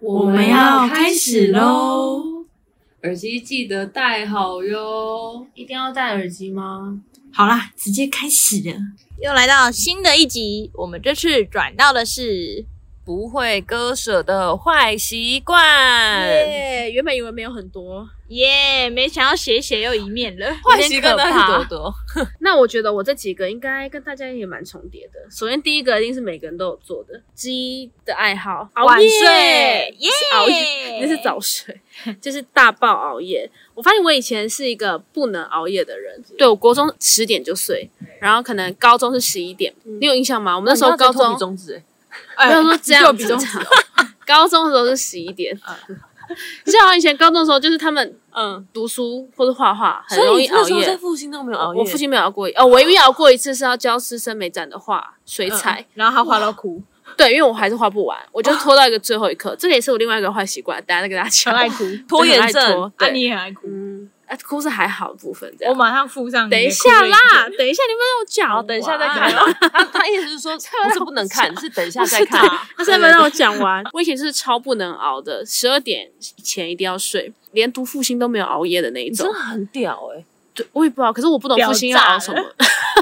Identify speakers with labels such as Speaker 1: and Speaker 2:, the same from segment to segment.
Speaker 1: 我们要开始喽！
Speaker 2: 耳机记得戴好哟。
Speaker 3: 一定要戴耳机吗？
Speaker 1: 好啦，直接开始了。
Speaker 4: 又来到新的一集，我们这次转到的是，
Speaker 2: 不会割舍的坏习惯。
Speaker 4: 嗯
Speaker 5: 耶！原本以为没有很多，
Speaker 4: 耶、哎没想到写一写又一面了，
Speaker 2: 坏
Speaker 4: 有
Speaker 2: 习
Speaker 4: 点
Speaker 2: 惯
Speaker 4: 可
Speaker 2: 那是
Speaker 4: 怕
Speaker 2: 多。多，
Speaker 5: 那我觉得我这几个应该跟大家也蛮重叠的。首先第一个一定是每个人都有做的，鸡的爱好，熬
Speaker 4: 晚
Speaker 5: 夜，
Speaker 4: 睡，耶、
Speaker 5: 是熬夜，那 是早睡，就是大爆熬夜。我发现我以前是一个不能熬夜的人，对我国中十点就睡，然后可能高中是十一点，
Speaker 4: 嗯
Speaker 5: 你有印象吗？我们那时候高中
Speaker 2: 中指，
Speaker 5: 不要说这样比子中这样 高中的时候是十一点，像我以前高中的时候，就是他们嗯读书或者画画很容易熬夜。
Speaker 2: 复兴都没有
Speaker 5: 我父亲没有熬过一，哦，我唯一熬过一次是要教师生美展的画水
Speaker 4: 嗯
Speaker 5: 彩，然后他画到 哭。对，因为我还是画不完，我就拖到一个最后一刻。这个也是我另外一个坏习惯，大家再跟大家讲。哭，
Speaker 2: 拖 延症
Speaker 5: 很爱拖
Speaker 4: 啊，
Speaker 5: 对，
Speaker 4: 你也爱哭。
Speaker 5: 嗯，啊，哭是还好的部分，这我
Speaker 4: 我
Speaker 5: 样。
Speaker 4: 马上附上你的
Speaker 5: 等一
Speaker 4: 哭的
Speaker 5: 下啦
Speaker 4: 影，
Speaker 5: 等一下，你们让我讲
Speaker 2: 好，
Speaker 5: 完，
Speaker 2: 等一下再看。哦 他他意思是说，不是不能看，是等一下再 看。
Speaker 5: 那现在让我讲完。我以前是超不能熬的，十二点前一定要睡，连读复兴都没有熬夜的那一
Speaker 2: 你
Speaker 5: 种
Speaker 2: 真的。很屌哎，
Speaker 5: 对，我也不知道，可是我不懂复兴要熬什么，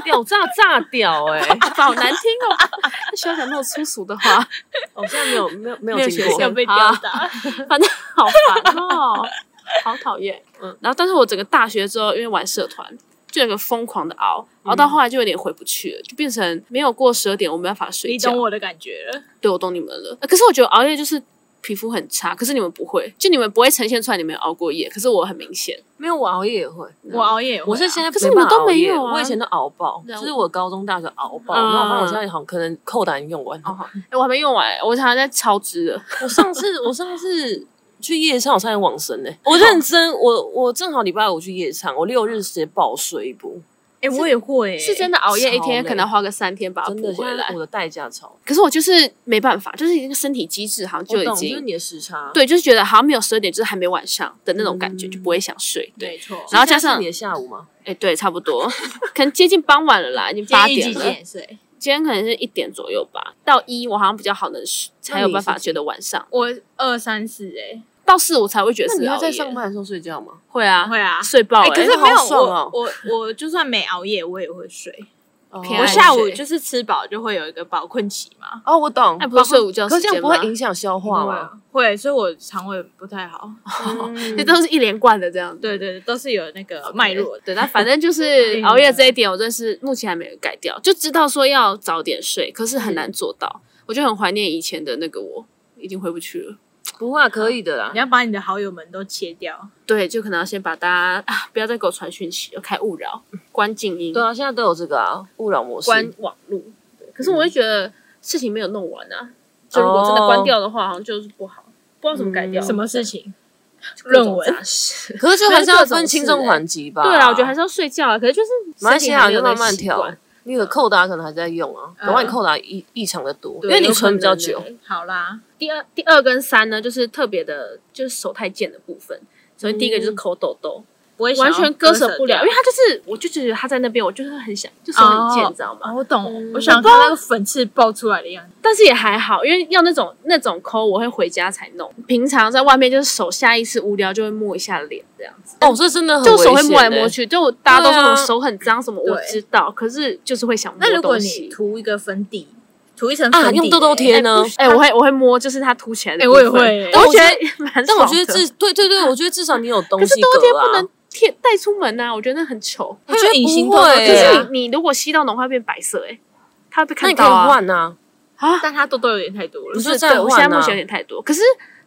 Speaker 2: 屌炸炸屌哎！
Speaker 5: 好难听哦。希望讲那种粗俗的话，
Speaker 2: 我哦现在没有没有没
Speaker 5: 没
Speaker 2: 有
Speaker 5: 有
Speaker 2: 经
Speaker 5: 学
Speaker 2: 过，
Speaker 5: 校
Speaker 4: 片被吊打，
Speaker 5: 反正好烦哦，好讨厌。嗯，然后但是我整个大学之后，因为玩社团。就有个疯狂的熬，
Speaker 2: 嗯
Speaker 5: 熬到后来就有点回不去了，就变成没有过十二点我没办法睡
Speaker 4: 你
Speaker 5: 觉
Speaker 4: 懂。我的感觉了。
Speaker 5: 对，我懂你们了。呃可是我觉得熬夜就是皮肤很差，可是你们不会，就你们不会呈现出来你们有熬过夜，可是我很明显。
Speaker 2: 没有我熬夜也会，
Speaker 4: 我熬夜也会啊，
Speaker 2: 我是现在
Speaker 5: 可是
Speaker 2: 没办法
Speaker 5: 你们都没
Speaker 2: 熬夜
Speaker 5: 有啊
Speaker 2: 我以前都熬爆，
Speaker 5: 对啊
Speaker 2: 就是我高中大学熬爆，
Speaker 5: 嗯
Speaker 2: 然后我发现我现在好像可能扣打已经用完。
Speaker 5: 哦，好，哎，我还没用完，我常常在超支了。
Speaker 2: 我上次我上次去夜唱，我差点往生呢、我认真，我我正好礼拜五去夜唱，我六日直接爆睡一波，
Speaker 4: 哎，我也会，
Speaker 5: 是真的熬夜一天，
Speaker 2: 超累
Speaker 5: 可能花个三天把它
Speaker 2: 真
Speaker 5: 补
Speaker 2: 的，现
Speaker 5: 回
Speaker 2: 在
Speaker 5: 来
Speaker 2: 我。的代价超。
Speaker 5: 可是我就是没办法，就是一个身体机制好像就
Speaker 2: 我
Speaker 5: 已
Speaker 2: 懂，就是
Speaker 5: 经
Speaker 2: 你的时差，，
Speaker 5: 对，就是觉得好像没有十二点，就是还没晚上的那种感
Speaker 2: 嗯
Speaker 5: 觉，就不会想睡。对，
Speaker 4: 没错。
Speaker 5: 然后加上
Speaker 2: 你的下午嘛，
Speaker 5: 哎，对，差不多， 可能接近傍晚了啦，已经
Speaker 4: 今
Speaker 5: 八
Speaker 4: 天
Speaker 5: 点
Speaker 4: 一集
Speaker 5: 了。
Speaker 4: 见谁？
Speaker 5: 今天可能是一点左右吧，到一我好像比较好能睡，才有办法觉得晚上。
Speaker 4: 我二三四哎，
Speaker 5: 到四我才会觉得
Speaker 2: 那
Speaker 5: 是
Speaker 2: 你
Speaker 5: 熬
Speaker 2: 要
Speaker 5: 夜。
Speaker 2: 在上班的时候睡觉吗？
Speaker 5: 会啊，
Speaker 4: 会啊。
Speaker 5: 睡爆、欸
Speaker 4: 哎，可是没有
Speaker 2: 好爽哦
Speaker 4: 我，我我就算没熬夜，我也会睡。
Speaker 5: 偏
Speaker 4: 我
Speaker 5: 爱
Speaker 4: 下午
Speaker 5: 睡
Speaker 4: 就是吃饱就会有一个饱困期嘛，啊
Speaker 2: 哦，我懂，
Speaker 5: 那不是睡午觉
Speaker 2: 可
Speaker 5: 时
Speaker 2: 是这样
Speaker 5: 间
Speaker 2: 不
Speaker 5: 吗
Speaker 2: 会？啊影响消
Speaker 5: 哦
Speaker 2: 化吗？嗯
Speaker 4: 会，所以我肠胃不太好。
Speaker 5: 这都是一连贯的这样。
Speaker 4: 对对，对都是有那 个脉络的。
Speaker 5: 对，那啊反正 就是熬夜这一点，我真是目前还没有改掉，就知道说要早点睡，可是很难做到。我就很怀念以前的那个我，已经回不去了。
Speaker 2: 不会啊，可以的啦
Speaker 4: 你。要把你的好友们都切掉，
Speaker 5: 对，就可能要先把大家啊，不要再给我传讯息，要开勿扰，关静音，
Speaker 2: 对啊，现在都有这个啊，勿扰模式。
Speaker 5: 关网路。对可是我会觉得事情没有弄完啊，就如果真的关掉的话，好像就是不好，不知道怎么改掉。
Speaker 4: 什么事情？
Speaker 5: 各种
Speaker 4: 论文
Speaker 5: 杂事？
Speaker 2: 可是就还是要
Speaker 5: 各种
Speaker 2: 分
Speaker 5: 事
Speaker 2: 轻重
Speaker 5: 欸
Speaker 2: 缓急吧。
Speaker 5: 对啦，我觉得还是要睡觉啊，可是就是
Speaker 2: 马来西亚就
Speaker 5: 身体还没有那
Speaker 2: 慢
Speaker 5: 个
Speaker 2: 慢
Speaker 5: 习
Speaker 2: 调
Speaker 5: 惯，，
Speaker 2: 你的扣打可能还在用啊，
Speaker 4: 嗯
Speaker 2: 等会你扣打异异常的多，因
Speaker 5: 对
Speaker 2: 为你存比较。
Speaker 5: 有
Speaker 2: 久
Speaker 5: 可。能欸
Speaker 4: 好啦，
Speaker 5: 第二第二跟三呢，就是特别的，就是手太贱的部分。首先第一个就是抠痘痘，
Speaker 4: 我也想要
Speaker 5: 完全割舍不了，
Speaker 4: 掉
Speaker 5: 因为他就是，我就觉得他在那边，我就是很想，就手很贱，
Speaker 4: 哦
Speaker 5: 你知道吗？
Speaker 4: 哦，我懂，
Speaker 5: 嗯
Speaker 4: 我想看那个粉刺爆出来的样子。
Speaker 5: 但是也还好，因为要那种那种抠，我会回家才弄。平常在外面就是手下意识无聊就会摸一下脸这样子，
Speaker 2: 哦，这真的很
Speaker 5: 欸就
Speaker 2: 危
Speaker 5: 手会
Speaker 2: 险
Speaker 5: 摸来
Speaker 2: 欸
Speaker 5: 摸。去，就大家都说
Speaker 2: 对啊
Speaker 5: 我手很脏什么，我
Speaker 4: 对
Speaker 5: 知道，可是就是会想摸
Speaker 4: 那如果
Speaker 5: 东
Speaker 4: 你
Speaker 5: 西
Speaker 4: 涂一个粉底，涂一层
Speaker 2: 啊
Speaker 4: 粉底
Speaker 2: 用痘痘贴
Speaker 5: 哎
Speaker 2: 呢
Speaker 5: 不哎、我会我会摸，就是它凸起来的。
Speaker 4: 哎我也会
Speaker 5: 但
Speaker 2: 但我
Speaker 5: 我觉
Speaker 2: 觉得
Speaker 5: 得蛮爽的。
Speaker 2: 但我觉得至对对对，我觉得至少你有东
Speaker 5: 可是
Speaker 2: 西
Speaker 5: 痘痘贴
Speaker 2: 隔
Speaker 5: 不
Speaker 2: 啊
Speaker 5: 能。贴带出门啊呐、我觉得那很丑。
Speaker 4: 我觉得隐形痘
Speaker 2: 不
Speaker 4: 痘
Speaker 2: 会
Speaker 5: 可
Speaker 2: 对
Speaker 4: 贴
Speaker 2: 啊
Speaker 5: 是
Speaker 4: 啊，
Speaker 5: 你你如果吸到脓，会变白色哎、它会被
Speaker 2: 那
Speaker 5: 看
Speaker 2: 你可以
Speaker 5: 到啊。
Speaker 2: 换啊，
Speaker 5: 啊，
Speaker 4: 但它痘痘有点太多
Speaker 2: 不
Speaker 4: 了
Speaker 2: 是。
Speaker 5: 对
Speaker 2: 再
Speaker 5: 对，我现在
Speaker 2: 换啊
Speaker 5: 目前有点太多。可是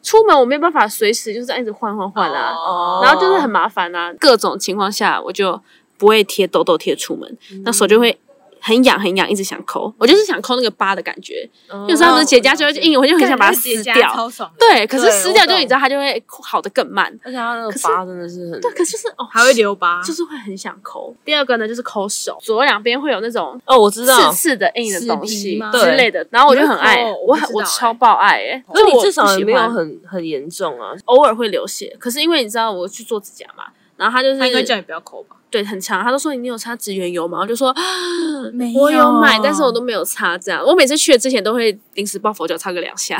Speaker 5: 出门我没有办法随时就是这样一直换换换啊，
Speaker 4: 哦
Speaker 5: 然后就是很麻烦啊。各种情况下，我就不会贴痘痘贴出门，
Speaker 2: 嗯
Speaker 5: 那手就会。很痒很痒，一直想抠，我就是想抠那个疤的感觉。有时候他们
Speaker 2: 哦
Speaker 5: 结痂就会硬，我就很想把它撕
Speaker 4: 感
Speaker 5: 掉
Speaker 4: 觉结痂。超爽的，
Speaker 5: 对，可是
Speaker 2: 对
Speaker 5: 撕掉就
Speaker 2: 我懂
Speaker 5: 你知道，它就会好的更慢。
Speaker 2: 而且它那个
Speaker 5: 可是
Speaker 2: 疤真的是很
Speaker 5: 对，可是就是哦，
Speaker 4: 还会留疤，
Speaker 5: 就是会很想抠。第二个呢，就是抠手，左右两边会有那种
Speaker 2: 哦，我知道
Speaker 5: 刺，刺的硬的
Speaker 4: 死
Speaker 5: 东
Speaker 4: 皮
Speaker 5: 西
Speaker 4: 吗
Speaker 5: 之类的，然后我就很爱
Speaker 4: 你会，抠
Speaker 5: 我
Speaker 4: 我不
Speaker 5: 很
Speaker 4: 知
Speaker 5: 我
Speaker 4: 道
Speaker 5: 超
Speaker 4: 欸
Speaker 5: 爆爱哎，
Speaker 2: 所以
Speaker 5: 我
Speaker 2: 你至少
Speaker 5: 不
Speaker 2: 也
Speaker 5: 喜
Speaker 2: 没有
Speaker 5: 欢
Speaker 2: 很很严重啊。
Speaker 5: 偶尔会流血，可是因为你知道我去做指甲嘛。然后他就是
Speaker 4: 他应该叫你不要抠吧？
Speaker 5: 对很强，他都说你有擦指缘油吗？我就说啊
Speaker 1: 没
Speaker 5: 我有买，
Speaker 4: 哦
Speaker 5: 但是我都没有擦。这样，我每次去了之前都会临时抱佛脚擦个两下，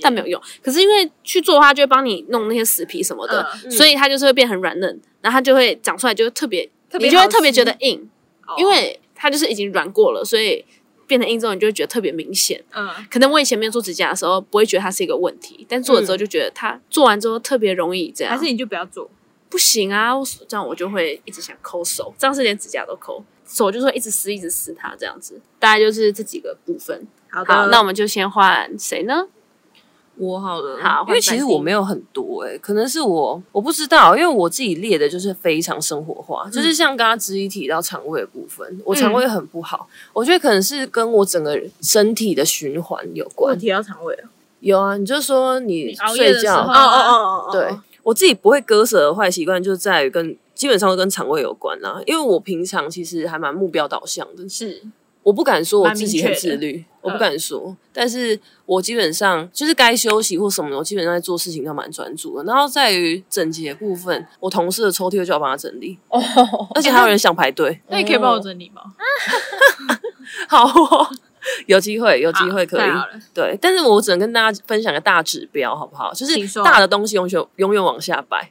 Speaker 5: 但没有用。可是因为去做的话，就会帮你弄那些死皮什么的，
Speaker 2: 嗯
Speaker 5: 所以它就是会变很软嫩，然后它就会长出来，就特别，
Speaker 4: 特别
Speaker 5: 你就会
Speaker 4: 好吃
Speaker 5: 特别觉得硬，
Speaker 4: 哦
Speaker 5: 因为它就是已经软过了，所以变成硬之后，你就会觉得特别明显。
Speaker 4: 嗯，
Speaker 5: 可能我以前没有做指甲的时候，不会觉得它是一个问题，但做了之后就觉得它做完之后特别容易这样。
Speaker 4: 还是你就不要做。
Speaker 5: 嗯不行啊，我这样我就会一直想抠手，这样是连指甲都抠，手就是会一直撕一直撕它这样子，大概就是这几个部分。
Speaker 4: 好
Speaker 5: 好，那我们就先换谁呢？
Speaker 2: 我好了，
Speaker 5: 好
Speaker 2: 因为其
Speaker 5: 换
Speaker 2: 实
Speaker 5: 三
Speaker 2: 我
Speaker 5: 星
Speaker 2: 没有很多哎、可能是我我不知道，因为我自己列的就是非常生活化，就是
Speaker 4: 嗯
Speaker 2: 像刚刚知一提到肠胃的部分，我肠胃很不好，我觉得可能是跟我整个身体的循环有
Speaker 4: 我
Speaker 2: 关。
Speaker 4: 提到肠胃了，
Speaker 2: 有啊，你就说你
Speaker 4: 嗯你熬夜
Speaker 2: 睡
Speaker 4: 的时
Speaker 2: 觉，
Speaker 4: 候
Speaker 2: 哦
Speaker 4: 啊
Speaker 2: 哦哦对我自己不会割舍的坏习惯，就在于跟基本上都跟肠胃有关啦、因为我平常其实还蛮目标导向的，
Speaker 4: 是
Speaker 2: 我不敢说我自己
Speaker 4: 蛮
Speaker 2: 很
Speaker 4: 明
Speaker 2: 自
Speaker 4: 确的嗯
Speaker 2: 律，我不敢说，但是我基本上就是该休息或什么的，我基本上在做事情上蛮专注的。然后在于整洁的部分，我同事的抽屉就要帮他整理，
Speaker 4: 哦。
Speaker 2: 而且还有人想排队，
Speaker 4: 那你可以帮我整理吗？
Speaker 2: 好哦，有机会，有机会可以
Speaker 4: 太。好了
Speaker 2: 对，但是我只能跟大家分享个大指标，好不好？就
Speaker 4: 请
Speaker 2: 是
Speaker 4: 说
Speaker 2: 大的东西永远永远往下摆，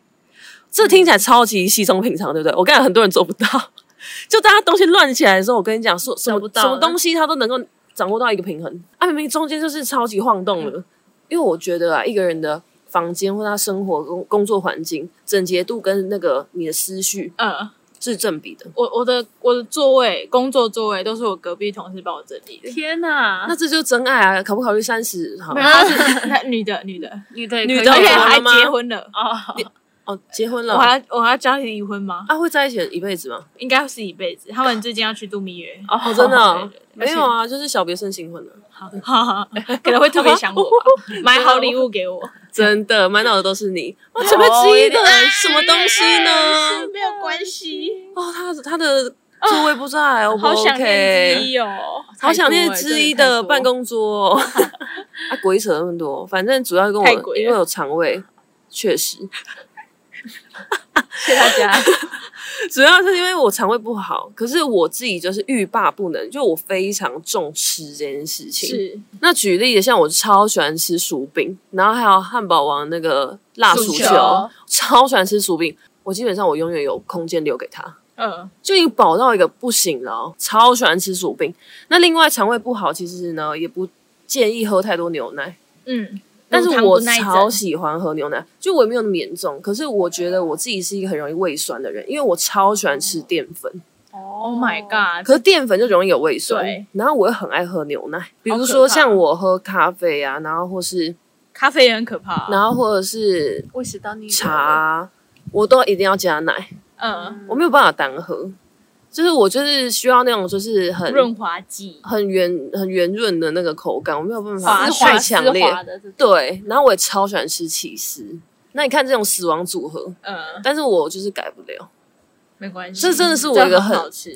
Speaker 2: 这听起
Speaker 4: 嗯
Speaker 2: 来超级稀松平常，对不对？我跟你讲，很多人做不到。 就大家东西乱起来的时候，我跟你讲，说什
Speaker 5: 找
Speaker 2: 么
Speaker 5: 不到
Speaker 2: 什么
Speaker 5: 了
Speaker 2: 东西它都能够掌握到一个平衡啊，明明中间就是超级晃动
Speaker 4: 嗯
Speaker 2: 了。因为我觉得啊，一个人的房间或他生活工工作环境整洁度跟那个你的思绪
Speaker 4: 嗯，
Speaker 2: 是正比的，
Speaker 4: 我我的我的座位，工作座位都是我隔壁同事帮我整理的。
Speaker 5: 天哪
Speaker 2: 那这就是真爱啊！考不考虑三十？好
Speaker 4: 没有，啊她是那女的，女的，
Speaker 5: 女的也
Speaker 2: 女
Speaker 5: 可以
Speaker 2: 的
Speaker 4: 而且
Speaker 2: 有
Speaker 4: 还
Speaker 2: 了吗
Speaker 4: 结婚了。
Speaker 5: 哦，
Speaker 2: 哦，结婚
Speaker 4: 我
Speaker 2: 了
Speaker 4: 还我还要家庭离婚吗？
Speaker 2: 啊？会在一起一辈子吗？
Speaker 4: 应该是一辈子。他们最近要去度蜜月，
Speaker 2: 哦，真的哦、
Speaker 4: 对对对
Speaker 2: 没有啊，就是小别胜新婚了，
Speaker 4: 哈哈，可能会特别想我吧， 买好礼物 给我。
Speaker 2: 真的，满脑子都是你，哇，怎么之一的、
Speaker 4: 啊
Speaker 2: 什么东西呢？
Speaker 4: 没有关系，
Speaker 2: 哦，他他的座位不在，我不
Speaker 4: 好想念
Speaker 2: 哦 OK，
Speaker 4: 之一哦，
Speaker 2: 好想念之一的办公桌 哦，啊，鬼扯那么多，反正主要跟我
Speaker 4: 太鬼了
Speaker 2: 因为有肠胃，确实，
Speaker 4: 谢谢大家。
Speaker 2: 主要是因为我肠胃不好，可是我自己就是欲罢不能，就我非常重吃这件事情，
Speaker 4: 是
Speaker 2: 那举例，像我超喜欢吃薯饼，然后还有汉堡王那个辣薯
Speaker 4: 薯球
Speaker 2: 超喜欢吃薯饼。我基本上我永远有空间留给他，
Speaker 4: 嗯，
Speaker 2: 就已经饱到一个不行了哦，超喜欢吃薯饼。那另外肠胃不好，其实呢也不建议喝太多牛奶，
Speaker 4: 嗯，
Speaker 2: 但是我超
Speaker 4: 喜
Speaker 2: 喜欢喝牛奶，就我也没有那么严重，可是我觉得我自己是一个很容易胃酸的人，因为我超喜欢吃淀粉。
Speaker 4: ，Oh my
Speaker 5: 哦
Speaker 4: god，
Speaker 2: 可是淀粉就容易有胃酸
Speaker 4: 对，
Speaker 2: 然后我又很爱喝牛奶，比如
Speaker 4: 好可
Speaker 2: 说
Speaker 4: 怕哦
Speaker 2: 像我喝咖啡啊，然后或是
Speaker 4: 咖啡也很可怕。
Speaker 2: 然后或者是
Speaker 5: 胃食道逆流
Speaker 2: 茶啊，我都一定要加奶，
Speaker 4: 嗯，
Speaker 2: 我没有办法单喝，就是我就是需要那种就是很
Speaker 4: 润滑剂，
Speaker 2: 很圆很圆润的那个口感，我没有办
Speaker 4: 滑
Speaker 2: 法
Speaker 4: 顺
Speaker 2: 太强烈。
Speaker 5: 的这种，
Speaker 2: 对，然后我也超喜欢吃起司。那你看这种死亡组合，
Speaker 4: 嗯，
Speaker 2: 但是我就是改不了，
Speaker 4: 没关系。
Speaker 2: 这真的是我一个
Speaker 4: 这
Speaker 2: 很
Speaker 4: 好吃，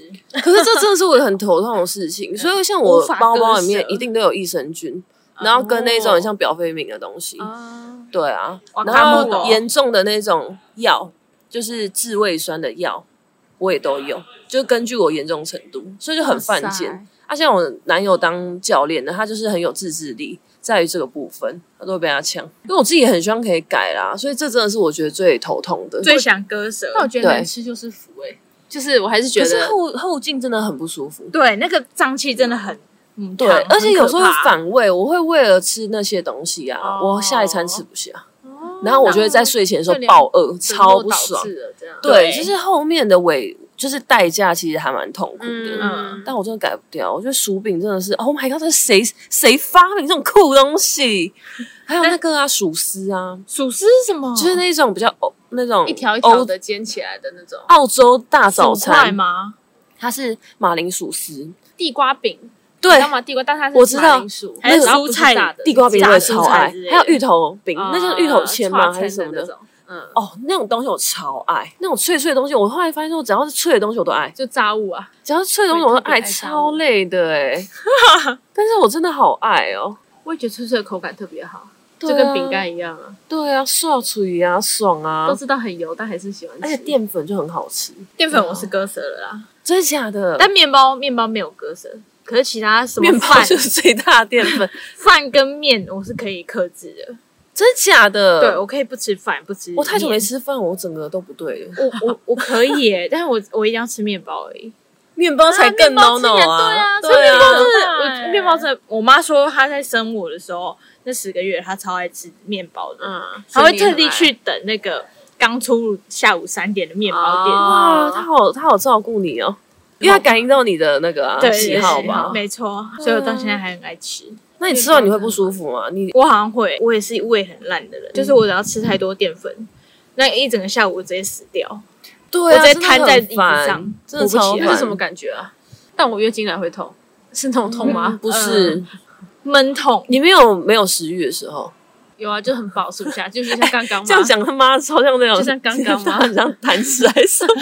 Speaker 2: 可是这真的是我一个很头痛的事情， 所以像我
Speaker 4: 无法
Speaker 2: 包包里
Speaker 4: 割
Speaker 2: 面
Speaker 4: 舍哦
Speaker 2: 一定都有益生菌，然后跟那种很像表飞敏的东西，
Speaker 5: 啊，
Speaker 2: 对啊
Speaker 4: 哇，
Speaker 2: 然
Speaker 4: 哦看不
Speaker 2: 后
Speaker 4: 懂
Speaker 2: 严重的那种药，就是治胃酸的药，我也都有，就根据我严重程度，所以就很犯
Speaker 5: 哇塞
Speaker 2: 贱。啊，像我男友当教练的，他就是很有自制力，在于这个部分，他都会被他呛。因为我自己也很希望可以改啦，所以这真的是我觉得最头痛的。
Speaker 4: 最想割舍。
Speaker 5: 但我觉得
Speaker 2: 对
Speaker 5: 能吃就是福哎，就是我还是觉
Speaker 2: 可是
Speaker 5: 得
Speaker 2: 后后劲真的很不舒服。
Speaker 4: 对，那个胀气真的很，嗯，
Speaker 2: 对，
Speaker 4: 烫
Speaker 2: 而且有时候会，
Speaker 4: 很可怕
Speaker 2: 反胃，我会为了吃那些东西啊，
Speaker 4: 哦
Speaker 2: 我下一餐吃不下，然后我就会在睡前的时候
Speaker 5: 就连
Speaker 2: 暴饿，超不爽。
Speaker 5: 的这样，
Speaker 2: 对，
Speaker 4: 对
Speaker 2: 就是后面的尾，就是代价其实还蛮痛苦的。
Speaker 4: 嗯
Speaker 5: 嗯，
Speaker 2: 但我真的改不掉，我觉得薯饼真的是，Oh my god，这是谁谁发明这种酷东西？还有那个啊，薯丝啊，
Speaker 4: 鼠丝是什么？
Speaker 2: 就是那种比较欧那种
Speaker 5: 嗯一条一条
Speaker 2: 欧
Speaker 5: 的煎起来的那种
Speaker 2: 澳洲大早
Speaker 4: 鼠块
Speaker 2: 餐，
Speaker 4: 吗？
Speaker 2: 它是马铃薯丝，
Speaker 5: 地瓜饼，
Speaker 2: 对
Speaker 5: 你知，道吗？地瓜，但它是
Speaker 2: 我知道
Speaker 5: 马铃薯，
Speaker 4: 还有
Speaker 5: 然后不
Speaker 4: 蔬菜
Speaker 5: 是炸的
Speaker 2: 地瓜饼我也
Speaker 4: 炸
Speaker 2: 超
Speaker 4: 蔬菜
Speaker 2: 爱
Speaker 4: 之类，的
Speaker 2: 还有芋头饼，
Speaker 5: 啊
Speaker 2: 那就是芋头签吗？
Speaker 5: 串
Speaker 2: 还是什
Speaker 5: 成
Speaker 2: 么
Speaker 5: 的那
Speaker 2: 的？
Speaker 5: 种？嗯，
Speaker 2: 哦，那种东西我超爱，那种脆脆的东西，我后来发现说，只要是脆的东西我都爱。
Speaker 5: 就炸物啊，
Speaker 2: 只要是脆的东西我都爱，超欸 累的哎、但是我真的好爱哦、
Speaker 5: 我也觉得脆脆的口感特别好。就跟饼干一样啊，
Speaker 2: 对啊，刷厨余啊，爽啊
Speaker 5: 都！知道很油，但还是喜欢吃。
Speaker 2: 而且淀粉就很好吃，
Speaker 4: 淀粉我是割舍了啦，
Speaker 2: 真的假的？
Speaker 4: 但面包面包没有割舍，可是其他什么
Speaker 2: 面包
Speaker 4: 饭
Speaker 2: 就是最大的淀粉，
Speaker 4: 饭跟面我是可以克制的，
Speaker 2: 真的假的？
Speaker 4: 对我可以不吃饭不吃面，
Speaker 2: 我太久没吃饭，我整个都不对了。
Speaker 4: 我我我可以耶，但是我我一定要吃面包而已。
Speaker 2: 面包才更
Speaker 4: 包
Speaker 2: no
Speaker 4: 吃起
Speaker 2: no
Speaker 4: 来
Speaker 2: 啊！
Speaker 4: 对啊，所以面
Speaker 3: 很
Speaker 4: 包真
Speaker 3: 可
Speaker 4: 的，
Speaker 3: 怕
Speaker 4: 我
Speaker 3: 欸
Speaker 4: 面包真的，我妈说她在生我的时候，那十个月她超爱吃面包的，
Speaker 5: 嗯，
Speaker 4: 她会特地去等那个刚出炉下午三点的面包店。
Speaker 5: 哦
Speaker 2: 哇，他好他好照顾你哦，因为他感应到你的那个啊
Speaker 4: 对
Speaker 2: 喜好
Speaker 4: 喜好
Speaker 2: 吧。
Speaker 4: 没错，所以我到现在还很爱吃。
Speaker 2: 那你吃完你会不舒服吗？你
Speaker 4: 我好像会，我也是胃很烂的人，就是我只要吃太多淀粉，那一整个下午我直接死掉。
Speaker 2: 对啊，
Speaker 4: 我直接瘫在椅
Speaker 2: 真
Speaker 4: 子
Speaker 2: 的很烦
Speaker 4: 上
Speaker 2: 真的
Speaker 4: 扶不
Speaker 2: 超
Speaker 4: 起来
Speaker 5: 那
Speaker 2: 烦。
Speaker 5: 是什么感觉啊？但我月经来会痛，是那种痛吗？
Speaker 2: 嗯不是
Speaker 4: 闷痛，
Speaker 2: 你没有没有食欲的时候，
Speaker 5: 有啊，就很饱，是不是啊？就是像刚刚嘛
Speaker 2: 这样讲他妈超像那种，
Speaker 5: 就像刚刚 吗
Speaker 2: 很像弹指还是什么？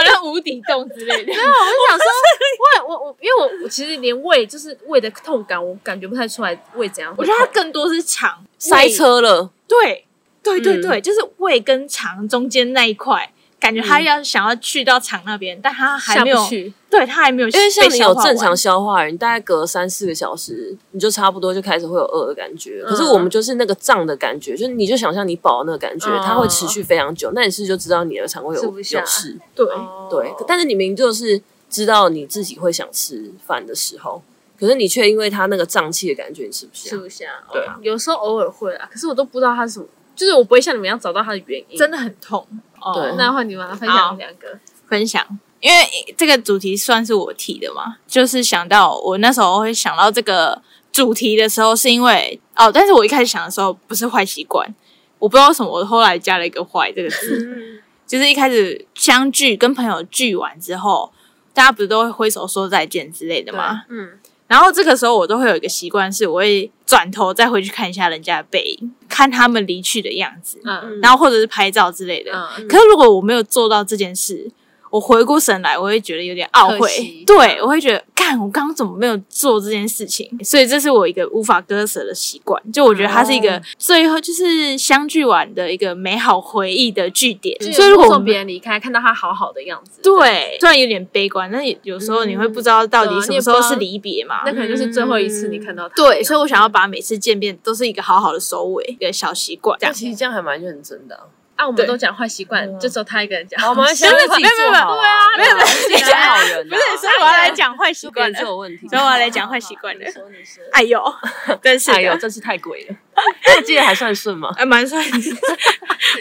Speaker 4: 好像无底洞之类的。
Speaker 5: 我我我，因为我我其实连胃就是胃的痛感，我感觉不太出来胃怎样。
Speaker 4: 我觉得它更多是肠
Speaker 2: 塞，车了，
Speaker 4: 对对对
Speaker 2: 嗯
Speaker 4: 对，就是胃跟肠中间那一块，感觉他要想要去到肠那边，但他还
Speaker 5: 下
Speaker 4: 没有
Speaker 5: 不，去，
Speaker 4: 对他还没有被
Speaker 2: 因
Speaker 4: 消
Speaker 2: 为
Speaker 4: 化完，
Speaker 2: 像你有正常消化的人，你大概隔三四个小时，你就差不多就开始会有饿的感觉。可是我们就是那个胀的感觉，就是你就想象你饱的那个感觉，
Speaker 5: 嗯
Speaker 2: 它会持续非常久。那你是不是就知道你的肠胃有
Speaker 5: 吃
Speaker 2: 有
Speaker 5: 不下
Speaker 2: 事，
Speaker 4: 对，
Speaker 5: 哦
Speaker 2: 对。但是你明明就是知道你自己会想吃饭的时候，可是你却因为它那个胀气的感觉，你吃不下
Speaker 5: 吃。不下。
Speaker 2: 对啊
Speaker 5: 哦有时候偶尔会啊，可是我都不知道它是什么，就是我不会像你们一样找到它的原因。
Speaker 4: 真的很痛。
Speaker 2: 对
Speaker 5: 那换你们分
Speaker 4: 好
Speaker 5: 享两个，
Speaker 4: 分享，因为这个主题算是我提的嘛，就是想到我那时候会想到这个主题的时候，是因为哦，但是我一开始想的时候不是坏习惯，我不知道为什么，我后来加了一个“坏”这 个字，就是一开始相聚跟朋友聚完之后，大家不是都会挥手说再见之类的吗？
Speaker 5: 嗯，
Speaker 4: 然后这个时候我都会有一个习惯，是我会转头再回去看一下人家的背影，看他们离去的样子，
Speaker 5: 嗯
Speaker 4: 然后或者是拍照之类的。
Speaker 5: 嗯，
Speaker 4: 可是如果我没有做到这件事，我回过神来，我会觉得有点懊
Speaker 5: 可
Speaker 4: 悔
Speaker 5: 惜。
Speaker 4: 对，我会觉得，干，我刚刚怎么没有做这件事情？所以这是我一个无法割舍的习惯。就我觉得它是一
Speaker 5: 哦
Speaker 4: 个最后就是相聚完的一个美好回忆的据点。所以如果我
Speaker 5: 送
Speaker 4: 们
Speaker 5: 别人离开，看到他好好的样子，
Speaker 4: 对，虽然有点悲观，但有有时候你会不知道到底
Speaker 5: 嗯
Speaker 4: 什么时候是离别嘛。
Speaker 5: 那可能就是最后一次你看到他。
Speaker 4: 嗯对，所以我想要把每次见面都是一个好好的收尾，一个小习惯。这
Speaker 2: 但
Speaker 4: 样
Speaker 2: 其实这样还蛮认真的、啊。
Speaker 5: 啊，我
Speaker 4: 对
Speaker 5: 们都讲坏习惯，就只有他一个人讲。
Speaker 2: 好，我 们先自己做好、啊。
Speaker 4: 没有没有，
Speaker 2: 自己当好人、啊。不
Speaker 4: 所以我要来讲坏习
Speaker 2: 就别
Speaker 4: 惯
Speaker 2: 人
Speaker 4: 了
Speaker 2: 就。有问题。
Speaker 4: 所以我要来讲坏习惯了。
Speaker 5: 说你说，
Speaker 4: 哎呦，真是的
Speaker 2: 哎呦，真是太鬼 了！那记得还算顺吗？
Speaker 4: 还蛮顺的，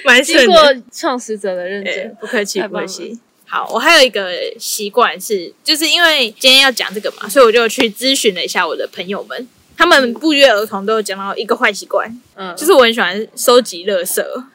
Speaker 4: 蛮
Speaker 5: 经
Speaker 4: 顺
Speaker 5: 过
Speaker 4: 的。
Speaker 5: 创始者的认
Speaker 4: 对
Speaker 5: 证，
Speaker 4: 不客气，
Speaker 5: 太
Speaker 4: 不
Speaker 5: 棒了
Speaker 4: 客气。好，我还有一个习惯是，就是因为今天要讲这个嘛，所以我就去咨询了一下我的朋友们，他们不约而同都有讲到一个坏习惯，
Speaker 5: 嗯，
Speaker 4: 就是我很喜欢收集垃圾啊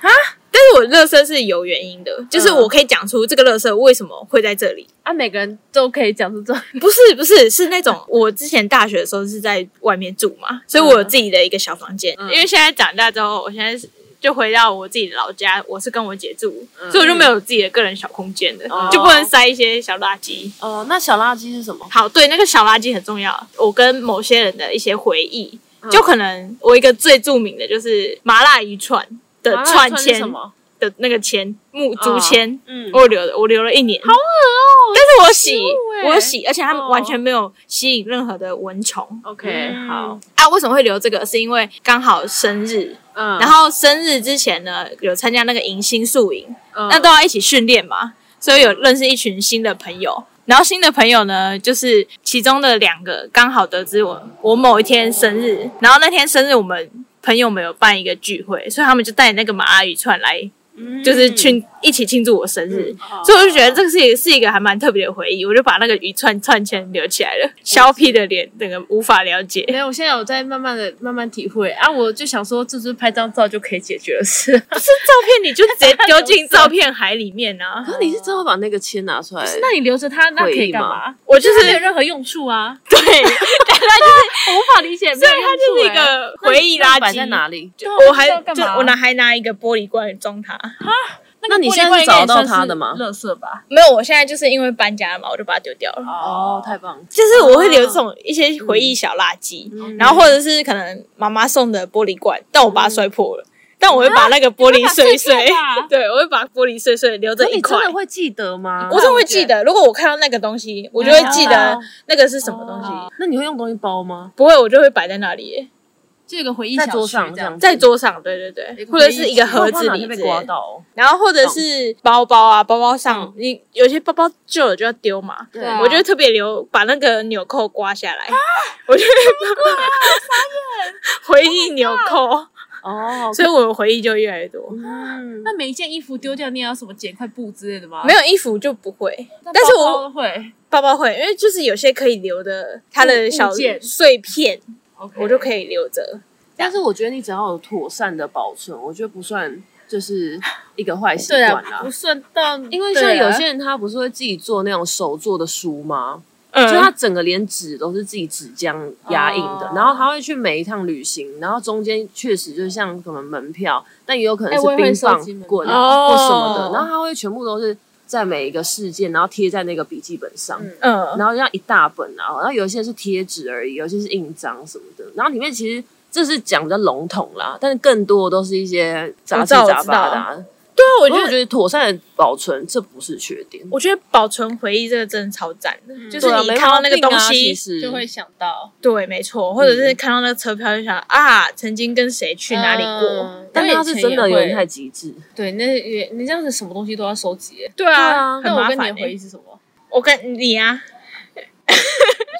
Speaker 4: 啊！但是我垃圾是有原因的，就是我可以讲出这个垃圾为什么会在这里，
Speaker 5: 啊，每个人都可以讲出这种，
Speaker 4: 不是不是，是那种我之前大学的时候是在外面住嘛，所以我有自己的一个小房间。
Speaker 5: 嗯
Speaker 4: 因为现在长大之后，我现在是就回到我自己的老家，我是跟我姐住，
Speaker 5: 嗯
Speaker 4: 所以我就没有自己的个人小空间的，
Speaker 2: 哦
Speaker 4: 就不能塞一些小垃圾。
Speaker 2: 哦，那小垃圾是什么？
Speaker 4: 好，对，那个小垃圾很重要。我跟某些人的一些回忆，
Speaker 5: 嗯
Speaker 4: 就可能我一个最著名的就是麻辣鱼串的
Speaker 5: 啊
Speaker 4: 串
Speaker 5: 是
Speaker 4: 签
Speaker 5: 什么？
Speaker 4: 的那个签木竹
Speaker 5: 哦
Speaker 4: 签，
Speaker 2: 嗯
Speaker 4: 我留的，我留了一年，好恶哦、但是我洗，我洗，而且它完全没有吸引任何的蚊虫
Speaker 5: OK，
Speaker 2: 嗯
Speaker 5: 好，
Speaker 4: 啊。为什么会留这个？是因为刚好生日，
Speaker 5: 嗯，
Speaker 4: 然后生日之前呢，有参加那个迎新宿营，
Speaker 5: 嗯
Speaker 4: 那都要一起训练嘛，所以有认识一群新的朋友。然后新的朋友呢，就是其中的两个刚好得知我我某一天生日，然后那天生日我们朋友们有办一个聚会，所以他们就带那个麻辣鱼串来就是
Speaker 5: 嗯
Speaker 4: 去一起庆祝我生日，所以我就觉得这个是也是一个还蛮特别的回忆，我就把那个鱼串串签留起来了，削皮的脸整个无法了
Speaker 5: 没
Speaker 4: 解，
Speaker 5: 有，我现在有在慢慢的、慢慢体会啊！我就想说，这是拍张照就可以解决的事。
Speaker 4: 不是照片你就直接丢进照片海里面啊，
Speaker 2: 可哦是你是真会把那个签拿出来？
Speaker 5: 那你留着它，那可以干
Speaker 2: 回忆
Speaker 5: 嘛？
Speaker 4: 我就
Speaker 5: 就是没有
Speaker 4: 是
Speaker 5: 任何用处啊！
Speaker 4: 对，
Speaker 5: 我无法理解，没
Speaker 4: 所以
Speaker 5: 有用
Speaker 2: 啊
Speaker 4: 它就是
Speaker 5: 处欸
Speaker 4: 一
Speaker 5: 哎
Speaker 4: 个回忆垃
Speaker 2: 摆在
Speaker 4: 圾。
Speaker 2: 哪里？
Speaker 4: 就我还
Speaker 5: 那不知道干
Speaker 4: 就
Speaker 5: 嘛
Speaker 4: 我拿还拿一个玻璃罐装它，
Speaker 2: 那你现在是找到他的吗？
Speaker 3: 乐色吧，
Speaker 4: 没有，我现在就是因为搬家嘛，我就把它丢掉了。啊嗯
Speaker 2: 哦，太棒了！
Speaker 4: 就是我会留这种一些回忆小垃圾，
Speaker 2: 嗯
Speaker 4: 然后或者是可能妈妈送的玻璃罐，但我把它摔破了，但我会把那个玻
Speaker 2: 啊
Speaker 4: 璃碎碎，对我会把玻璃碎碎留着
Speaker 2: 那
Speaker 4: 一
Speaker 2: 你
Speaker 4: 块
Speaker 2: 真。的会啊记得吗？
Speaker 4: 我是会记得，如果我看到那个东西，我就会记
Speaker 2: 哎
Speaker 4: 得那个是什么东西。
Speaker 2: 那你会用东西包吗？
Speaker 4: 不会，我就会摆在那里，
Speaker 3: 就有个回忆
Speaker 2: 在
Speaker 3: 小
Speaker 2: 桌
Speaker 3: 区
Speaker 2: 上
Speaker 3: 这
Speaker 2: 这
Speaker 3: 样
Speaker 2: 样，
Speaker 4: 在桌上，对对对，或者是一个盒子里
Speaker 2: 被
Speaker 4: 之类
Speaker 2: 刮
Speaker 4: 的
Speaker 2: 到嗯哦。
Speaker 4: 然后或者是包包啊，包包上、你有些包包旧了就要丢嘛，
Speaker 2: 对
Speaker 3: 啊
Speaker 4: 我就特别留把那个纽扣刮下
Speaker 2: 啊
Speaker 4: 来，我就会把 回忆纽扣，
Speaker 2: 哦，
Speaker 4: 所以我的回忆就越来越多。
Speaker 2: 嗯，
Speaker 3: 那每一件衣服丢掉，你也要什么剪块布之类的吗？
Speaker 4: 没有衣服就不会，但是
Speaker 3: 包包
Speaker 4: 我
Speaker 3: 会
Speaker 4: 包包会，因为就是有些可以留的，它的小
Speaker 3: 物件
Speaker 4: 碎片
Speaker 3: ，OK，
Speaker 4: 我就可以留着。
Speaker 2: 但是我觉得你只要有妥善的保存，我觉得不算就是一个坏习
Speaker 5: 对
Speaker 2: 惯
Speaker 5: 啊，
Speaker 2: 啦
Speaker 5: 不。算到，啊
Speaker 2: 因为像有些人他不是会自己做那种手做的书吗？
Speaker 4: 嗯
Speaker 2: 就他整个连纸都是自己纸浆压印的
Speaker 3: 哦，
Speaker 2: 然后他会去每一趟旅行，然后中间确实就像什么门票，但也有可能
Speaker 3: 哎我
Speaker 2: 是
Speaker 3: 也会
Speaker 2: 冰
Speaker 3: 收
Speaker 2: 棒
Speaker 3: 集门票
Speaker 2: 棍
Speaker 4: 哦
Speaker 2: 或什么的，然后他会全部都是在每一个事件，然后贴在那个笔记本上。
Speaker 5: 嗯
Speaker 4: 嗯，
Speaker 2: 然后这样一大本啊，然后有一些是贴纸而已，有些是印章什么的。然后里面其实这是讲比较笼统啦，但是更多都是一些杂
Speaker 4: 我
Speaker 2: 七
Speaker 4: 知道
Speaker 2: 杂
Speaker 4: 我知道
Speaker 2: 八的、啊。
Speaker 4: 对啊，我
Speaker 2: 我
Speaker 4: 觉
Speaker 2: 就
Speaker 4: 得
Speaker 2: 觉得妥善的保存这不是缺点，
Speaker 4: 我觉得保存回忆这个真的超赞的，就是
Speaker 2: 对啊
Speaker 4: 你
Speaker 2: 没
Speaker 4: 看到那个
Speaker 2: 毛病
Speaker 4: 东
Speaker 2: 啊
Speaker 4: 西，
Speaker 2: 其实
Speaker 5: 就会想到
Speaker 4: 对，没错，或者是看到那个车票就想、啊，曾经跟谁去哪里过？
Speaker 5: 嗯
Speaker 2: 但它是真的有点太
Speaker 5: 我以前也会
Speaker 2: 极致。
Speaker 5: 对，那也你这样子什么东西都要收集耶。
Speaker 4: 对啊，
Speaker 2: 对
Speaker 5: 那
Speaker 4: 很
Speaker 5: 我
Speaker 4: 麻
Speaker 5: 跟你
Speaker 4: 烦、
Speaker 5: 的回忆
Speaker 4: 欸。
Speaker 5: 是什么？
Speaker 4: 我跟你啊，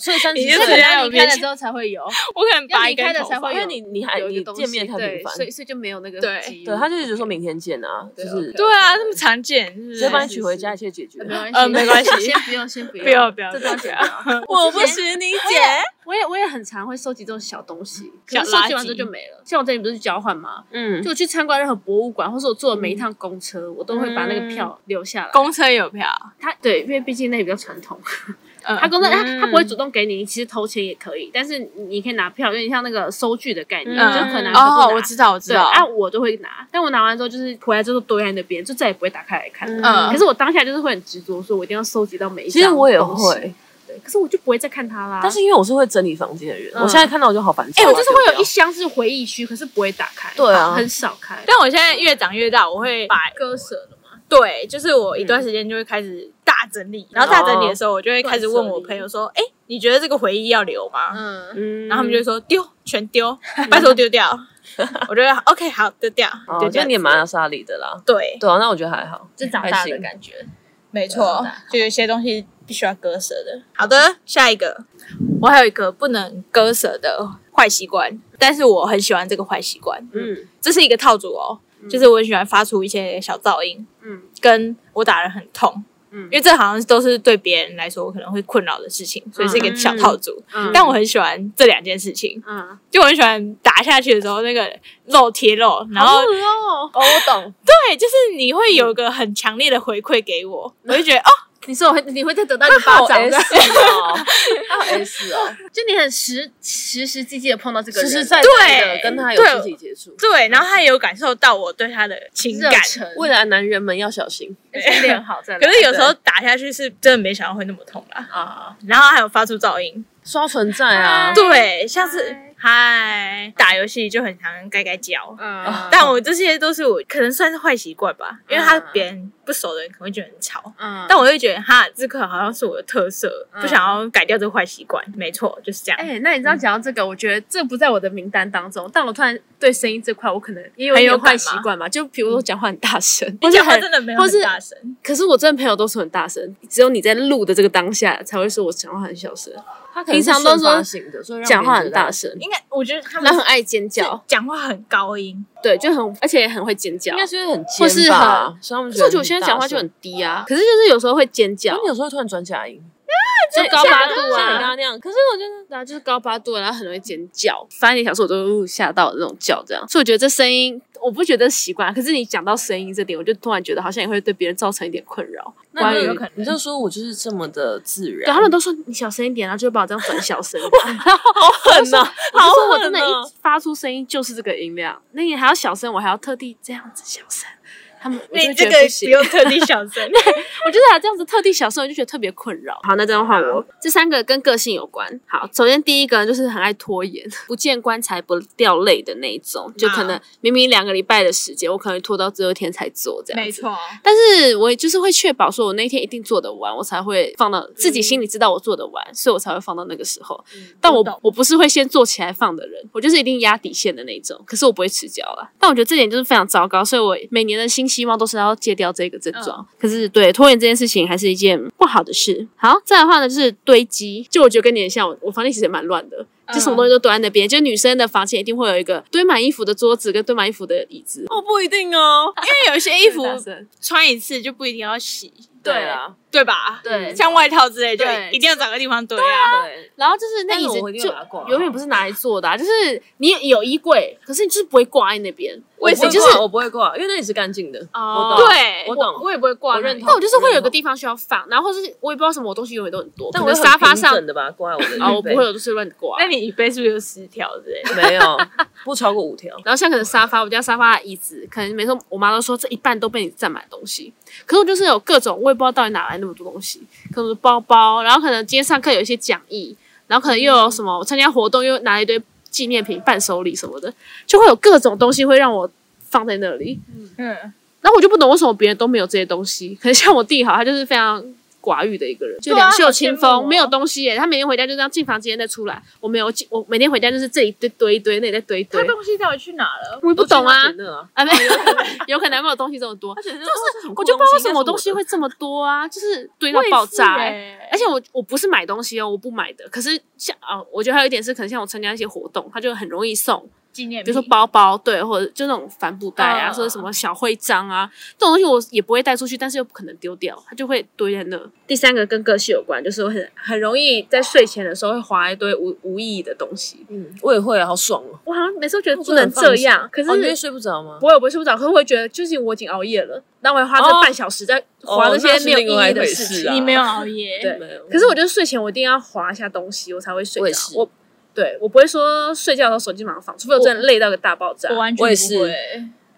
Speaker 2: 所以三十
Speaker 4: 你就
Speaker 2: 岁
Speaker 4: 是
Speaker 5: 可能
Speaker 4: 人家
Speaker 5: 要
Speaker 4: 有
Speaker 5: 你开了
Speaker 4: 边
Speaker 5: 之后才会有，
Speaker 4: 我可能
Speaker 5: 要
Speaker 4: 拔
Speaker 5: 你
Speaker 4: 一根
Speaker 5: 开了
Speaker 4: 头
Speaker 5: 才
Speaker 4: 发
Speaker 5: 会
Speaker 2: 因
Speaker 5: 有
Speaker 2: 为你你还
Speaker 5: 有一
Speaker 2: 哎你
Speaker 5: 个东西
Speaker 2: 见面太
Speaker 5: 对
Speaker 2: 频繁，
Speaker 5: 所以所以就没有那个
Speaker 4: 对
Speaker 5: 记忆
Speaker 2: 对他就是觉得说明天见啊，就
Speaker 5: 对
Speaker 2: 是
Speaker 5: 对
Speaker 4: 对啊，这么常见，是不
Speaker 2: 直
Speaker 4: 是
Speaker 2: 接把你娶回家，一切解决。
Speaker 5: 没关系，
Speaker 4: 呃没关系
Speaker 5: 先不用， 先不用，
Speaker 4: 不要不要
Speaker 5: 这
Speaker 4: 不
Speaker 5: 段
Speaker 4: 要
Speaker 5: 剪
Speaker 4: 不
Speaker 5: 掉。
Speaker 4: 我不
Speaker 5: 之前
Speaker 4: 许你姐。
Speaker 5: 我也我也很常会收集这种小东西，可是
Speaker 4: 小垃圾
Speaker 5: 收集完之后就没了。像我这里不是去交换吗？
Speaker 2: 嗯
Speaker 5: 就，我去参观任何博物馆，或是我坐的每一趟公车，我都会把那个票留下来。
Speaker 4: 公车有票，
Speaker 5: 他对，因为毕竟那里比较传统，
Speaker 4: 嗯
Speaker 5: 他公车他
Speaker 4: 嗯
Speaker 5: 他不会主动给你，你其实投钱也可以，但是你可以拿票，有点像那个收据的概念，
Speaker 2: 嗯
Speaker 5: 就可能拿
Speaker 4: 哦，
Speaker 5: 不拿
Speaker 4: 我知道我知
Speaker 5: 对，
Speaker 4: 道，
Speaker 5: 啊，我都会拿，但我拿完之后就是回来之后都堆在那边，就再也不会打开来看了。
Speaker 4: 嗯
Speaker 5: 可是我当下就是会很执着，说我一定要收集到每一
Speaker 2: 其实
Speaker 5: 张
Speaker 2: 我也
Speaker 5: 东西，
Speaker 2: 会，
Speaker 5: 对，可是我就不会再看它啦。
Speaker 2: 但是因为我是会整理房间的人，
Speaker 5: 嗯
Speaker 2: 我现在看到我就好烦躁啊。
Speaker 5: 哎，我就是会
Speaker 2: 对不
Speaker 5: 有
Speaker 2: 对
Speaker 5: 一箱是回忆区，可是不会打开，
Speaker 2: 对啊
Speaker 5: 很少开。
Speaker 4: 但我现在越长越大，我会把
Speaker 5: 割舍了嘛，
Speaker 4: 对，嗯就是我一段时间就会开始大整理，然后大整理的时候，我就会开始问我朋友说，哎、你觉得这个回忆要留吗？
Speaker 5: 嗯，
Speaker 2: 嗯，
Speaker 4: 然后他们就会说丢，全 丢，拜托丢 掉。我觉得 OK，好，丢掉，
Speaker 2: 哦，
Speaker 4: 丢
Speaker 2: 就
Speaker 4: 掉。
Speaker 2: 你也蛮有沙里的啦。
Speaker 4: 对，
Speaker 2: 对啊，那我觉得还好。
Speaker 5: 就长大的感觉。
Speaker 4: 没错，就有些东西必须要割舍的。好的，下一个，我还有一个不能割舍的坏习惯，但是我很喜欢这个坏习惯，
Speaker 2: 嗯，
Speaker 4: 这是一个套组哦，就是我很喜欢发出一些小噪音，
Speaker 5: 嗯
Speaker 4: 跟我打人很痛。
Speaker 5: 嗯
Speaker 4: 因为这好像都是对别人来说可能会困扰的事情，所以是一个小套组。
Speaker 5: 嗯
Speaker 4: 但我很喜欢这两件事情，
Speaker 5: 嗯，
Speaker 4: 就我很喜欢打下去的时候那个肉贴肉，然后
Speaker 5: 哦，
Speaker 2: 哦，我懂。
Speaker 4: 对，就是你会有一个很强烈的回馈给我，我就觉得哦，
Speaker 5: 你说我会，你会再得到一个巴
Speaker 2: 好
Speaker 5: 掌的，
Speaker 2: S 哦， 好 S 哦，
Speaker 5: 就你很实实实际际的碰到这个
Speaker 2: 实
Speaker 5: 人，
Speaker 2: 实在在
Speaker 4: 对
Speaker 2: 的跟他有肢体接触。
Speaker 4: 对，然后他也有感受到我对他的情
Speaker 5: 热
Speaker 4: 感。
Speaker 5: 忱，
Speaker 2: 未来男人们要小心。
Speaker 5: 先哎练好再来。
Speaker 4: 可是有时候打下去是真的没想到会那么痛啦，
Speaker 5: 啊，
Speaker 4: 然后还有发出噪音，
Speaker 2: 刷存在啊，
Speaker 4: 对，像是嗨打游戏就很常盖盖叫，
Speaker 5: 嗯，
Speaker 4: 但我这些都是我可能算是坏习惯吧，因为他别人不熟的人可能会觉得很吵，
Speaker 5: 嗯，
Speaker 4: 但我会觉得哈这个好像是我的特色，不想要改掉这个坏习惯，没错，就是这样。
Speaker 5: 哎、那你知道讲到这个，我觉得这不在我的名单当中，但我突然对声音这块，我可能也有
Speaker 4: 很
Speaker 5: 一
Speaker 4: 有
Speaker 5: 点坏
Speaker 4: 感
Speaker 5: 习
Speaker 4: 吗
Speaker 5: 惯嘛，就比如说讲话很大声，
Speaker 4: 你
Speaker 5: 或者
Speaker 4: 讲话
Speaker 5: 很
Speaker 4: 真的没有
Speaker 5: 或是
Speaker 4: 很大声，
Speaker 5: 可是我真的朋友都是很大声，只有你在录的这个当下才会说我讲话很小声，
Speaker 2: 他可能是
Speaker 5: 平常都说
Speaker 2: 顺发型的，所以让
Speaker 5: 讲话
Speaker 2: 别
Speaker 5: 很
Speaker 2: 人觉得
Speaker 5: 大声，
Speaker 4: 应该我觉得他
Speaker 5: 然
Speaker 4: 们
Speaker 5: 后很爱尖叫，
Speaker 4: 讲话很高音，
Speaker 5: 对，就很而且也很会尖叫
Speaker 2: 应。该是因为很
Speaker 5: 或是
Speaker 2: 尖吧，所以他们
Speaker 5: 可
Speaker 2: 觉得
Speaker 5: 是我觉得我现在讲话就很低啊，可是就是有时候会尖叫
Speaker 2: 大声。，你有时候会突然转假音，
Speaker 5: 就高八度
Speaker 2: 像你刚
Speaker 5: 啊，
Speaker 2: 刚那样，可是我觉得
Speaker 5: 对啊，就是高八度，然后很容易尖叫，翻脸小说我都会吓到的那种叫，这样。所以我觉得这声音我不觉得习惯，可是你讲到声音这点，我就突然觉得好像也会对别人造成一点困扰。
Speaker 4: 关
Speaker 2: 那
Speaker 4: 于
Speaker 2: 有可能，你就说我就是这么的自
Speaker 5: 对，
Speaker 2: 然
Speaker 5: 他。们都说你小声一点，然后就会把我这样转小声。然后
Speaker 2: 很呐，
Speaker 5: 我就说我真的
Speaker 2: 啊好狠哦
Speaker 5: 一发出声音就是这个音量，那你还要小声，我还要特地这样子小声。他们我就
Speaker 4: 你
Speaker 5: 觉
Speaker 4: 这
Speaker 5: 得
Speaker 4: 个
Speaker 5: 不
Speaker 4: 不
Speaker 5: 行，
Speaker 4: 用特地小声，
Speaker 5: 我就是还这样子特地小时候就觉得特别困扰。好，那这样换我，这三个跟个性有关。好，首先第一个就是很爱拖延，不见棺材不掉泪的那一种，就可能明明两个礼拜的时间，我可能拖到最后一天才做这样。
Speaker 4: 没。错，
Speaker 5: 但是我也就是会确保说，我那一天一定做得完，我才会放到自己心里知道我做得完，所以我才会放到那个时候。但我
Speaker 4: 我嗯懂
Speaker 5: 我不是会先做起来放的人，我就是一定压底线的那种。可是我不会迟交
Speaker 4: 嗯
Speaker 5: 啦。但我觉得这点就是非常糟糕，所以我每年的新希望都是要戒掉这个症状。
Speaker 4: 嗯
Speaker 5: 可是对拖延这件事情还是一件不好的事。好，再来的话呢就是堆积，就我觉得跟你很像，我我房间其实也蛮乱的。
Speaker 4: 嗯
Speaker 5: 就什么东西都堆在那边，就女生的房间一定会有一个堆满衣服的桌子跟堆满衣服的椅子。
Speaker 4: 哦不一定哦，因为有些衣 服
Speaker 5: 大声
Speaker 4: 穿一次就不一定要洗，
Speaker 2: 对啊，
Speaker 4: 对吧？
Speaker 5: 对
Speaker 4: 像外套之类就
Speaker 5: 对
Speaker 4: 一定要找个地方堆啊。
Speaker 2: 对，
Speaker 5: 然后就是那
Speaker 2: 但
Speaker 5: 椅
Speaker 2: 是
Speaker 5: 子
Speaker 2: 我一定
Speaker 5: 就
Speaker 2: 会把它挂好
Speaker 5: 永远不是拿来坐的、啊，就是你有衣柜，可是你就是不会挂在那边。
Speaker 4: 为什
Speaker 2: 我
Speaker 4: 么
Speaker 2: 不会挂我不会挂，因为那里是干净的。
Speaker 5: 哦
Speaker 2: 我懂，
Speaker 4: 对
Speaker 2: 啊我懂，
Speaker 5: 我也不会挂
Speaker 2: 我
Speaker 5: 那
Speaker 2: 认
Speaker 5: 里
Speaker 2: 同
Speaker 5: 但我就是
Speaker 2: 我
Speaker 5: 会
Speaker 2: 认
Speaker 5: 有个
Speaker 2: 同
Speaker 5: 地方需要放，然后或是我也不知道什么，我东西永远都很多，
Speaker 2: 但
Speaker 5: 可
Speaker 2: 我
Speaker 5: 能
Speaker 2: 会很
Speaker 5: 沙发
Speaker 2: 平
Speaker 5: 上
Speaker 2: 整的把它挂在我 的椅背。
Speaker 5: 啊，我不会，我都是乱挂。
Speaker 4: 那你椅背是不是有十条之类的？
Speaker 2: 没有， 不超过五条。
Speaker 5: 然后像可能沙发，我家沙发的椅子，可能每次我妈都说这一半都被你占满东西。可是我就是有各种，我也不知道到底哪来那么多东西，可能是包包，然后可能今天上课有一些讲义，然后可能又有什么我参加活动又拿了一堆纪念品、伴手礼什么的，就会有各种东西会让我放在那里。
Speaker 4: 嗯，
Speaker 5: 然后我就不懂为什么别人都没有这些东西。可能像我弟好，他就是非常寡欲的一个人，就
Speaker 4: 对啊
Speaker 5: 两袖清
Speaker 4: 好羡
Speaker 5: 风，
Speaker 4: 慕哦
Speaker 5: 没有东西耶。他每天回家就这样进房间再出来。我没有进，我每天回家就是这一堆堆一堆，那里再堆一堆
Speaker 4: 他。东西到底去哪了？
Speaker 5: 我也不懂啊
Speaker 2: 都去那，边了
Speaker 5: 啊没有， 有可能没有东西这么多。
Speaker 2: 就是我
Speaker 5: 我就不知道为什么东西会这么多啊，就是堆到爆炸、
Speaker 4: 欸
Speaker 5: 欸
Speaker 4: 哎
Speaker 5: 而且我我不是买东西哦，我不买的。可是像啊、我觉得还有一点是，可能像我参加一些活动，他就很容易送，
Speaker 4: 纪念
Speaker 5: 比如
Speaker 4: 品，
Speaker 5: 说包包，对，或者就那种帆布袋啊，
Speaker 4: 嗯
Speaker 5: 或者什么小徽章啊，这种东西我也不会带出去，但是又不可能丢掉，它就会堆在那。第三个跟个性有关，就是我很很容易在睡前的时候会划一堆无无意义的东西。
Speaker 2: 嗯，我也会啊，好爽哦。
Speaker 5: 我好像每次都觉得
Speaker 2: 我
Speaker 5: 不能这样，可
Speaker 2: 真的
Speaker 5: 是、
Speaker 2: 很放松哦你会睡不着吗？
Speaker 5: 不会，我不会睡不着，可是我会觉得，就是我已经熬夜了，那我还花这
Speaker 2: 哦
Speaker 5: 半小时在划
Speaker 2: 哦
Speaker 5: 这些
Speaker 2: 那是
Speaker 5: 没有
Speaker 2: 另外
Speaker 5: 意义
Speaker 2: 一
Speaker 5: 的
Speaker 2: 回
Speaker 5: 事
Speaker 2: 事
Speaker 5: 情。
Speaker 2: 啊
Speaker 4: 你没有熬夜，
Speaker 5: 对
Speaker 2: 没有
Speaker 5: 可是我觉得睡前我一定要划一下东西，我才会睡
Speaker 2: 我也
Speaker 5: 着。
Speaker 2: 是
Speaker 5: 我对我不会说睡觉的时候手机马上放，除非我真的累到一个大爆炸
Speaker 4: 我。完全
Speaker 2: 我也是
Speaker 4: 不会，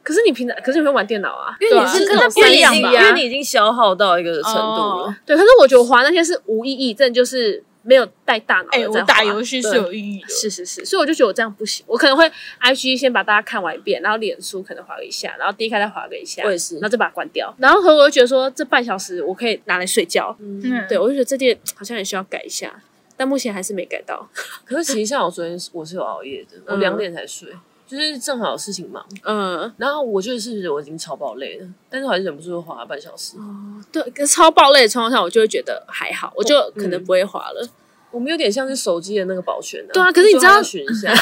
Speaker 5: 可是你平常，可是你会玩电脑啊？
Speaker 2: 因
Speaker 4: 对
Speaker 2: 为
Speaker 4: 啊
Speaker 2: 你是
Speaker 4: 可是
Speaker 2: 因为
Speaker 4: 不一
Speaker 2: 你已
Speaker 4: 样
Speaker 2: 经
Speaker 4: 吧
Speaker 2: 因为你已经消耗到一个程度了。
Speaker 5: 对，可是我觉得我划那些是无意义，真的就是没有带大脑。
Speaker 4: 哎，我打游。戏是
Speaker 2: 对
Speaker 4: 有意义的，
Speaker 5: 是是是，所以我就觉得我这样不行，我可能会 IG 先把大家看完一遍，然后脸书可能划个一下，然后 D 开再划个一下，
Speaker 2: 我也是
Speaker 5: 然后再把它关掉。然后和我又觉得说这半小时我可以拿来睡觉，
Speaker 4: 嗯
Speaker 5: 对，我就觉得这点好像也需要改一下，但目前还是没改到。
Speaker 2: 可是其实像我昨天是我是有熬夜的，我
Speaker 5: 嗯
Speaker 2: 两点才睡，就是正好有事情忙。
Speaker 5: 嗯，
Speaker 2: 然后我就是我已经超爆累了，但是我还是忍不住滑了半小时。
Speaker 5: 对，可是超爆累的情况下，我就会觉得还好，我就可
Speaker 2: 嗯
Speaker 5: 能不会滑了。
Speaker 2: 我们有点像是手机的那个保全啊。
Speaker 5: 对啊可是你知道
Speaker 2: 就要寻一下，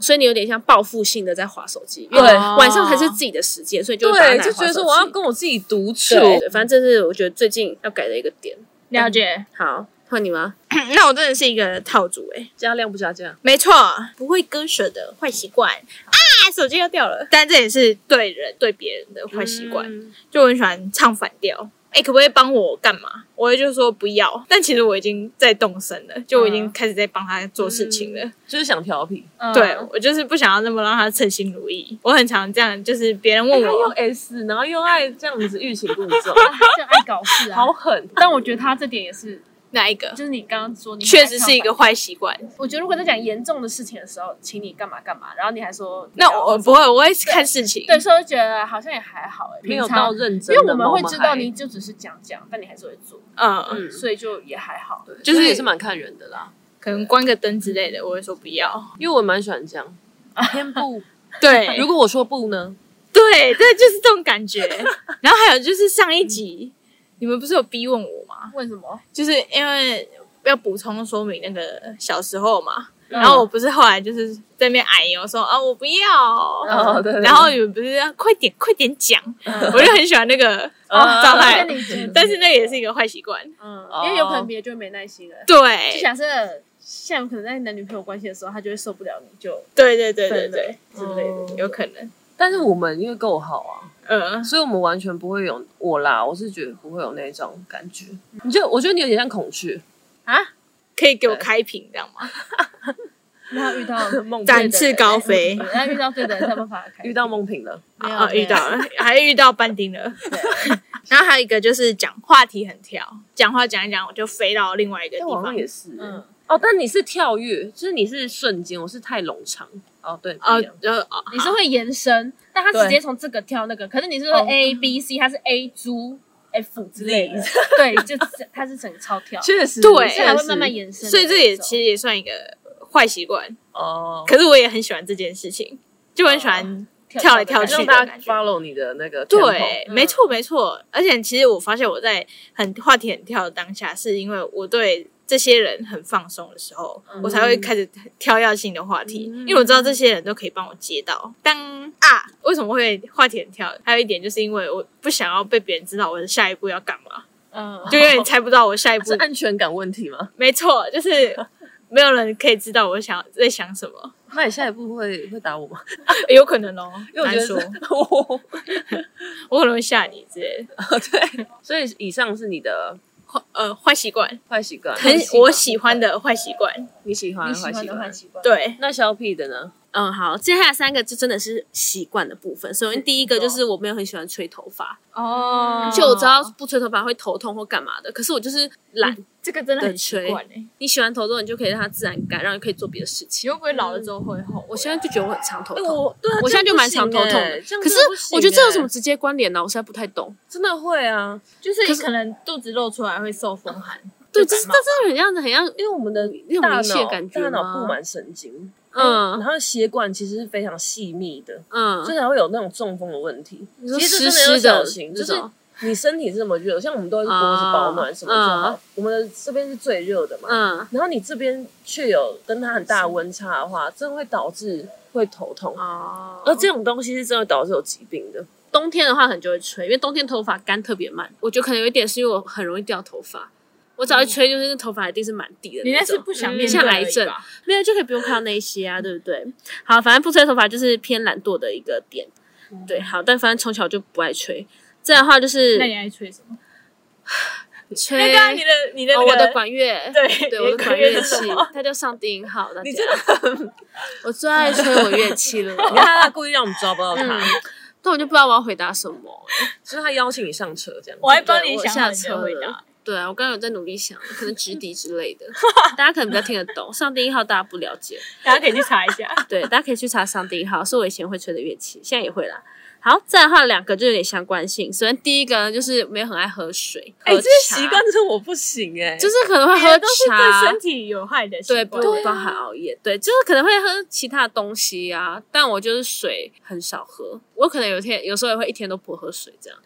Speaker 5: 所以你有点像报复性的在滑手机，因
Speaker 2: 对
Speaker 5: 为晚上才是自己的时间，所以就会把
Speaker 2: 哦
Speaker 5: 它
Speaker 2: 对，
Speaker 5: 拿来
Speaker 2: 就
Speaker 5: 滑
Speaker 2: 觉得
Speaker 5: 手
Speaker 2: 说我要
Speaker 5: 机
Speaker 2: 跟我自己独处。
Speaker 5: 对，对反正这是我觉得最近要改的一个点。
Speaker 4: 了解。
Speaker 5: 好，换你吗？
Speaker 4: 嗯 那我真的是一个套主哎，
Speaker 2: 加量不加价，
Speaker 4: 没错，不会割舍的坏习惯啊，手机要掉了。但这也是对人对别人的坏习惯，
Speaker 2: 嗯
Speaker 4: 就我很喜欢唱反调。哎、可不可以帮我干嘛？我就说不要，但其实我已经在动身了，就我已经开始在帮他做事情了。
Speaker 2: 就是想调皮。
Speaker 5: 嗯
Speaker 4: 对我就是不想要那么让他称心如意。我很常这样，就是别人问
Speaker 2: 哎他又
Speaker 4: 我，
Speaker 2: S，然后又爱这样子欲擒故 纵，
Speaker 3: 就爱搞事啊
Speaker 2: 好。狠。
Speaker 3: 但我觉得他这点也是，
Speaker 4: 哪一个
Speaker 3: 就是你刚刚说你
Speaker 4: 确实是一个。坏习惯。
Speaker 5: 我觉得如果在讲严重的事情的时候，请你干嘛干嘛，然后你还说
Speaker 4: 那我我不会，我会看事情。
Speaker 5: 对，所以我就觉得好像也还好哎、欸，
Speaker 2: 没有
Speaker 5: 平常
Speaker 2: 到认真
Speaker 5: 因
Speaker 2: 的
Speaker 5: 为
Speaker 2: 嘛，
Speaker 5: 我们会知道
Speaker 2: 还
Speaker 5: 你就只是讲讲，但你还是会做，
Speaker 4: 嗯，
Speaker 2: 嗯，
Speaker 5: 所以就也还好。对，
Speaker 2: 就是
Speaker 4: 所以
Speaker 2: 也是蛮看人的啦。
Speaker 4: 可能关个灯之类的，我会说不要。
Speaker 2: 因为我蛮喜欢这样，偏不。
Speaker 4: 对，
Speaker 2: 如果我说不呢？
Speaker 4: 对，对，就是这种感觉。然后还有就是上一集，你们不是有逼问我吗？
Speaker 5: 为什么？
Speaker 4: 就是因为要补充说明那个小时候嘛。
Speaker 5: 嗯
Speaker 4: 嗯然后我不是后来就是在那边哎呦说啊我不要，
Speaker 2: 哦对对对
Speaker 4: 然后你们不是要快点快点讲， 我就很喜欢那个
Speaker 2: 哦
Speaker 4: 状态
Speaker 5: 嗯跟，你觉得
Speaker 4: 但是那也是一个坏习惯。
Speaker 5: 嗯，因为有可能别人就没耐心了。就
Speaker 4: 对，
Speaker 5: 假设现在可能在男女朋友关系的时候，他就会受不了你就
Speaker 4: 对对对
Speaker 5: 分
Speaker 4: 对
Speaker 5: 了哦
Speaker 4: 对，
Speaker 5: 之类的。
Speaker 4: 有可能，
Speaker 2: 但是我们因为够好啊，
Speaker 4: 嗯，
Speaker 2: 所以我们完全不会有我啦，我是觉得不会有那种感觉。
Speaker 5: 啊
Speaker 2: 你就我觉得你有点像孔雀，
Speaker 4: 可以给我开屏这样吗？
Speaker 3: 那 遇到
Speaker 5: 哎
Speaker 2: 梦
Speaker 4: 展翅高飞
Speaker 3: 对那遇到对的人才有办法开。
Speaker 2: 遇到梦萍了，
Speaker 3: 没有
Speaker 4: 啊，遇到了，还遇到班丁了。然后还有一个就是讲话题很跳，讲话讲一讲我就飞到另外一个地
Speaker 2: 但我好
Speaker 4: 方
Speaker 2: 像。也是，嗯
Speaker 3: 嗯，
Speaker 2: 哦，但你是跳跃，就是你是瞬间，我是太冗长，哦，对，
Speaker 4: 哦
Speaker 2: 不一样，
Speaker 4: 呃哦，
Speaker 3: 你是会延伸，但他直接从这个跳那个，可是你是会
Speaker 2: 哦
Speaker 3: A B C，他是 A 猪 F 之类的， 对，就是他是整个超跳，
Speaker 2: 确实，
Speaker 4: 对
Speaker 3: 所以还会慢慢延伸的
Speaker 4: 所
Speaker 3: 那
Speaker 4: 以
Speaker 3: 种。
Speaker 4: 这也其实也算一个坏习惯，
Speaker 2: 哦，
Speaker 4: 可是我也很喜欢这件事情，就我很喜欢。跳来跳
Speaker 3: 的
Speaker 4: 去
Speaker 3: 感觉
Speaker 2: 让大
Speaker 4: 的
Speaker 2: 家
Speaker 4: 感觉
Speaker 2: follow 你的那个 tempo，
Speaker 4: 对，
Speaker 3: 嗯
Speaker 4: 没错没错。而且其实我发现我在很话题很跳的当下，是因为我对这些人很放松的时候，我才会开始挑要性的话题，因为我知道这些人都可以帮我接到。当啊，为什么会话题很跳？还有一点就是因为我不想要被别人知道我的下一步要干嘛，
Speaker 3: 嗯，
Speaker 4: 就有点猜不到我下一步
Speaker 2: 是。安全感问题吗？
Speaker 4: 没错，就是没有人可以知道我想在想什么，
Speaker 2: 那你下一步会会打我吗？
Speaker 4: 有可能哦，
Speaker 2: 因为我
Speaker 4: 难
Speaker 2: 觉
Speaker 4: 说
Speaker 2: 得， 我，
Speaker 4: 我可能会吓你之类的。
Speaker 2: 所以以上是你的
Speaker 4: 坏呃，坏习惯，
Speaker 2: 坏习惯，
Speaker 4: 很
Speaker 3: 很喜欢
Speaker 4: 我喜欢的坏习惯。
Speaker 2: 你喜欢
Speaker 3: 你
Speaker 2: 的
Speaker 3: 喜
Speaker 2: 坏
Speaker 3: 欢
Speaker 2: 习
Speaker 3: 的坏
Speaker 2: 惯。
Speaker 3: 习惯，
Speaker 4: 对，
Speaker 2: 那小屁的呢？
Speaker 5: 嗯，好，接下来三个就真的是习惯的部分。首先第一个就是我没有很喜欢吹头发，
Speaker 3: 嗯
Speaker 4: 哦
Speaker 5: 就我知道不吹头发会头痛或干嘛的，可是我就是懒。
Speaker 2: 嗯
Speaker 4: 这个真的
Speaker 5: 很奇怪
Speaker 4: 哎。
Speaker 5: 你喜欢头痛，你就可以让它自然干，然后你可以做别的事情。
Speaker 4: 会不会老了之后会后
Speaker 5: 我现在就觉得我很常头
Speaker 2: 哎
Speaker 5: 痛，
Speaker 2: 对啊
Speaker 5: 我现在就蛮常头痛
Speaker 2: 欸
Speaker 5: 的。可
Speaker 3: 哎
Speaker 5: 是我觉得这有什么？直接关联呢？我实在不太懂。
Speaker 2: 真的会啊，
Speaker 4: 就是你可能肚子露出来会受风寒，
Speaker 5: 对，这
Speaker 4: 就是感冒
Speaker 5: 这真的很像很像，
Speaker 2: 因为我们的
Speaker 5: 那种
Speaker 2: 大
Speaker 5: 明显
Speaker 2: 脑
Speaker 5: 感觉
Speaker 2: 大
Speaker 5: 吗
Speaker 2: 脑布满神经，然
Speaker 5: 嗯
Speaker 2: 后血管其实是非常细密的，所
Speaker 5: 嗯，
Speaker 2: 以才会有那种中风的问题。
Speaker 5: 你说
Speaker 2: 其实这真的
Speaker 5: 湿
Speaker 2: 要
Speaker 5: 湿
Speaker 2: 小
Speaker 5: 的
Speaker 2: 心，
Speaker 5: 这
Speaker 2: 就是
Speaker 5: 种，
Speaker 2: 你身体是这么热，像我们都是脖子保暖什么就好，
Speaker 5: 啊
Speaker 2: 我们的这边是最热的嘛。
Speaker 5: 嗯
Speaker 2: 然后你这边却有跟它很大的温差的话，真的会导致会头痛，
Speaker 5: 哦
Speaker 2: 而这种东西是真的导致有疾病的。
Speaker 5: 冬天的话，很就会吹，因为冬天头发干特别慢。我觉得可能有一点是因为我很容易掉头发，我只要一吹就是那头发一定是满地的
Speaker 4: 你那啊
Speaker 5: 那
Speaker 4: 是
Speaker 5: 种。
Speaker 4: 不想
Speaker 5: 嗯
Speaker 4: 面对
Speaker 5: 像
Speaker 4: 而
Speaker 5: 癌
Speaker 4: 已
Speaker 5: 症
Speaker 4: 吧
Speaker 5: 没有就可以不用看到那些啊，对不对？好，反正不吹头发就是偏懒惰的一个点。
Speaker 4: 嗯
Speaker 5: 对，好，但反正从小就不爱吹。这样的话就是
Speaker 3: 那你爱吹什么？
Speaker 5: 吹
Speaker 4: 那刚
Speaker 2: 啊
Speaker 4: 刚你的你的
Speaker 5: 哦，
Speaker 4: 那
Speaker 5: 我
Speaker 4: 个
Speaker 5: 的管乐，
Speaker 4: 对
Speaker 5: 对，我的
Speaker 4: 管
Speaker 5: 管乐
Speaker 4: 是什
Speaker 5: 器
Speaker 4: 么？，
Speaker 5: 它叫上低音号。大家
Speaker 2: 你真的很，
Speaker 5: 我最爱吹我乐器 了。嗯
Speaker 2: 你看他故意让我们抓不到他，
Speaker 5: 但我就不知道我要回答什么。
Speaker 2: 就是他邀请你上车这样。
Speaker 4: 我还帮
Speaker 5: 对
Speaker 4: 你
Speaker 5: 我
Speaker 4: 想好
Speaker 5: 下
Speaker 4: 你
Speaker 5: 车
Speaker 4: 的回
Speaker 5: 了
Speaker 4: 答。
Speaker 5: 对啊，我刚刚有在努力想，可能直笛之类的， 大家可能比较听得懂。上帝一号大家不了解，
Speaker 4: 大家可以去查一下。
Speaker 5: 对，大家可以去查上帝一号，是我以前会吹的乐器，现在也会啦。好，再来的话两个就有点相关性。首先第一个呢，就是没有很爱喝水，
Speaker 2: 哎、
Speaker 5: 喝
Speaker 2: 这些
Speaker 5: 茶
Speaker 2: 习惯真是我不行哎、
Speaker 5: 就是可能会
Speaker 4: 这
Speaker 5: 喝
Speaker 4: 都是对
Speaker 5: 茶
Speaker 4: 身，体有害的习
Speaker 5: 对，
Speaker 4: 惯，啊
Speaker 5: 不包含熬夜，对，就是可能会喝其他东西啊，但我就是水很少喝，我可能有一天有时候也会一天都不喝水这样，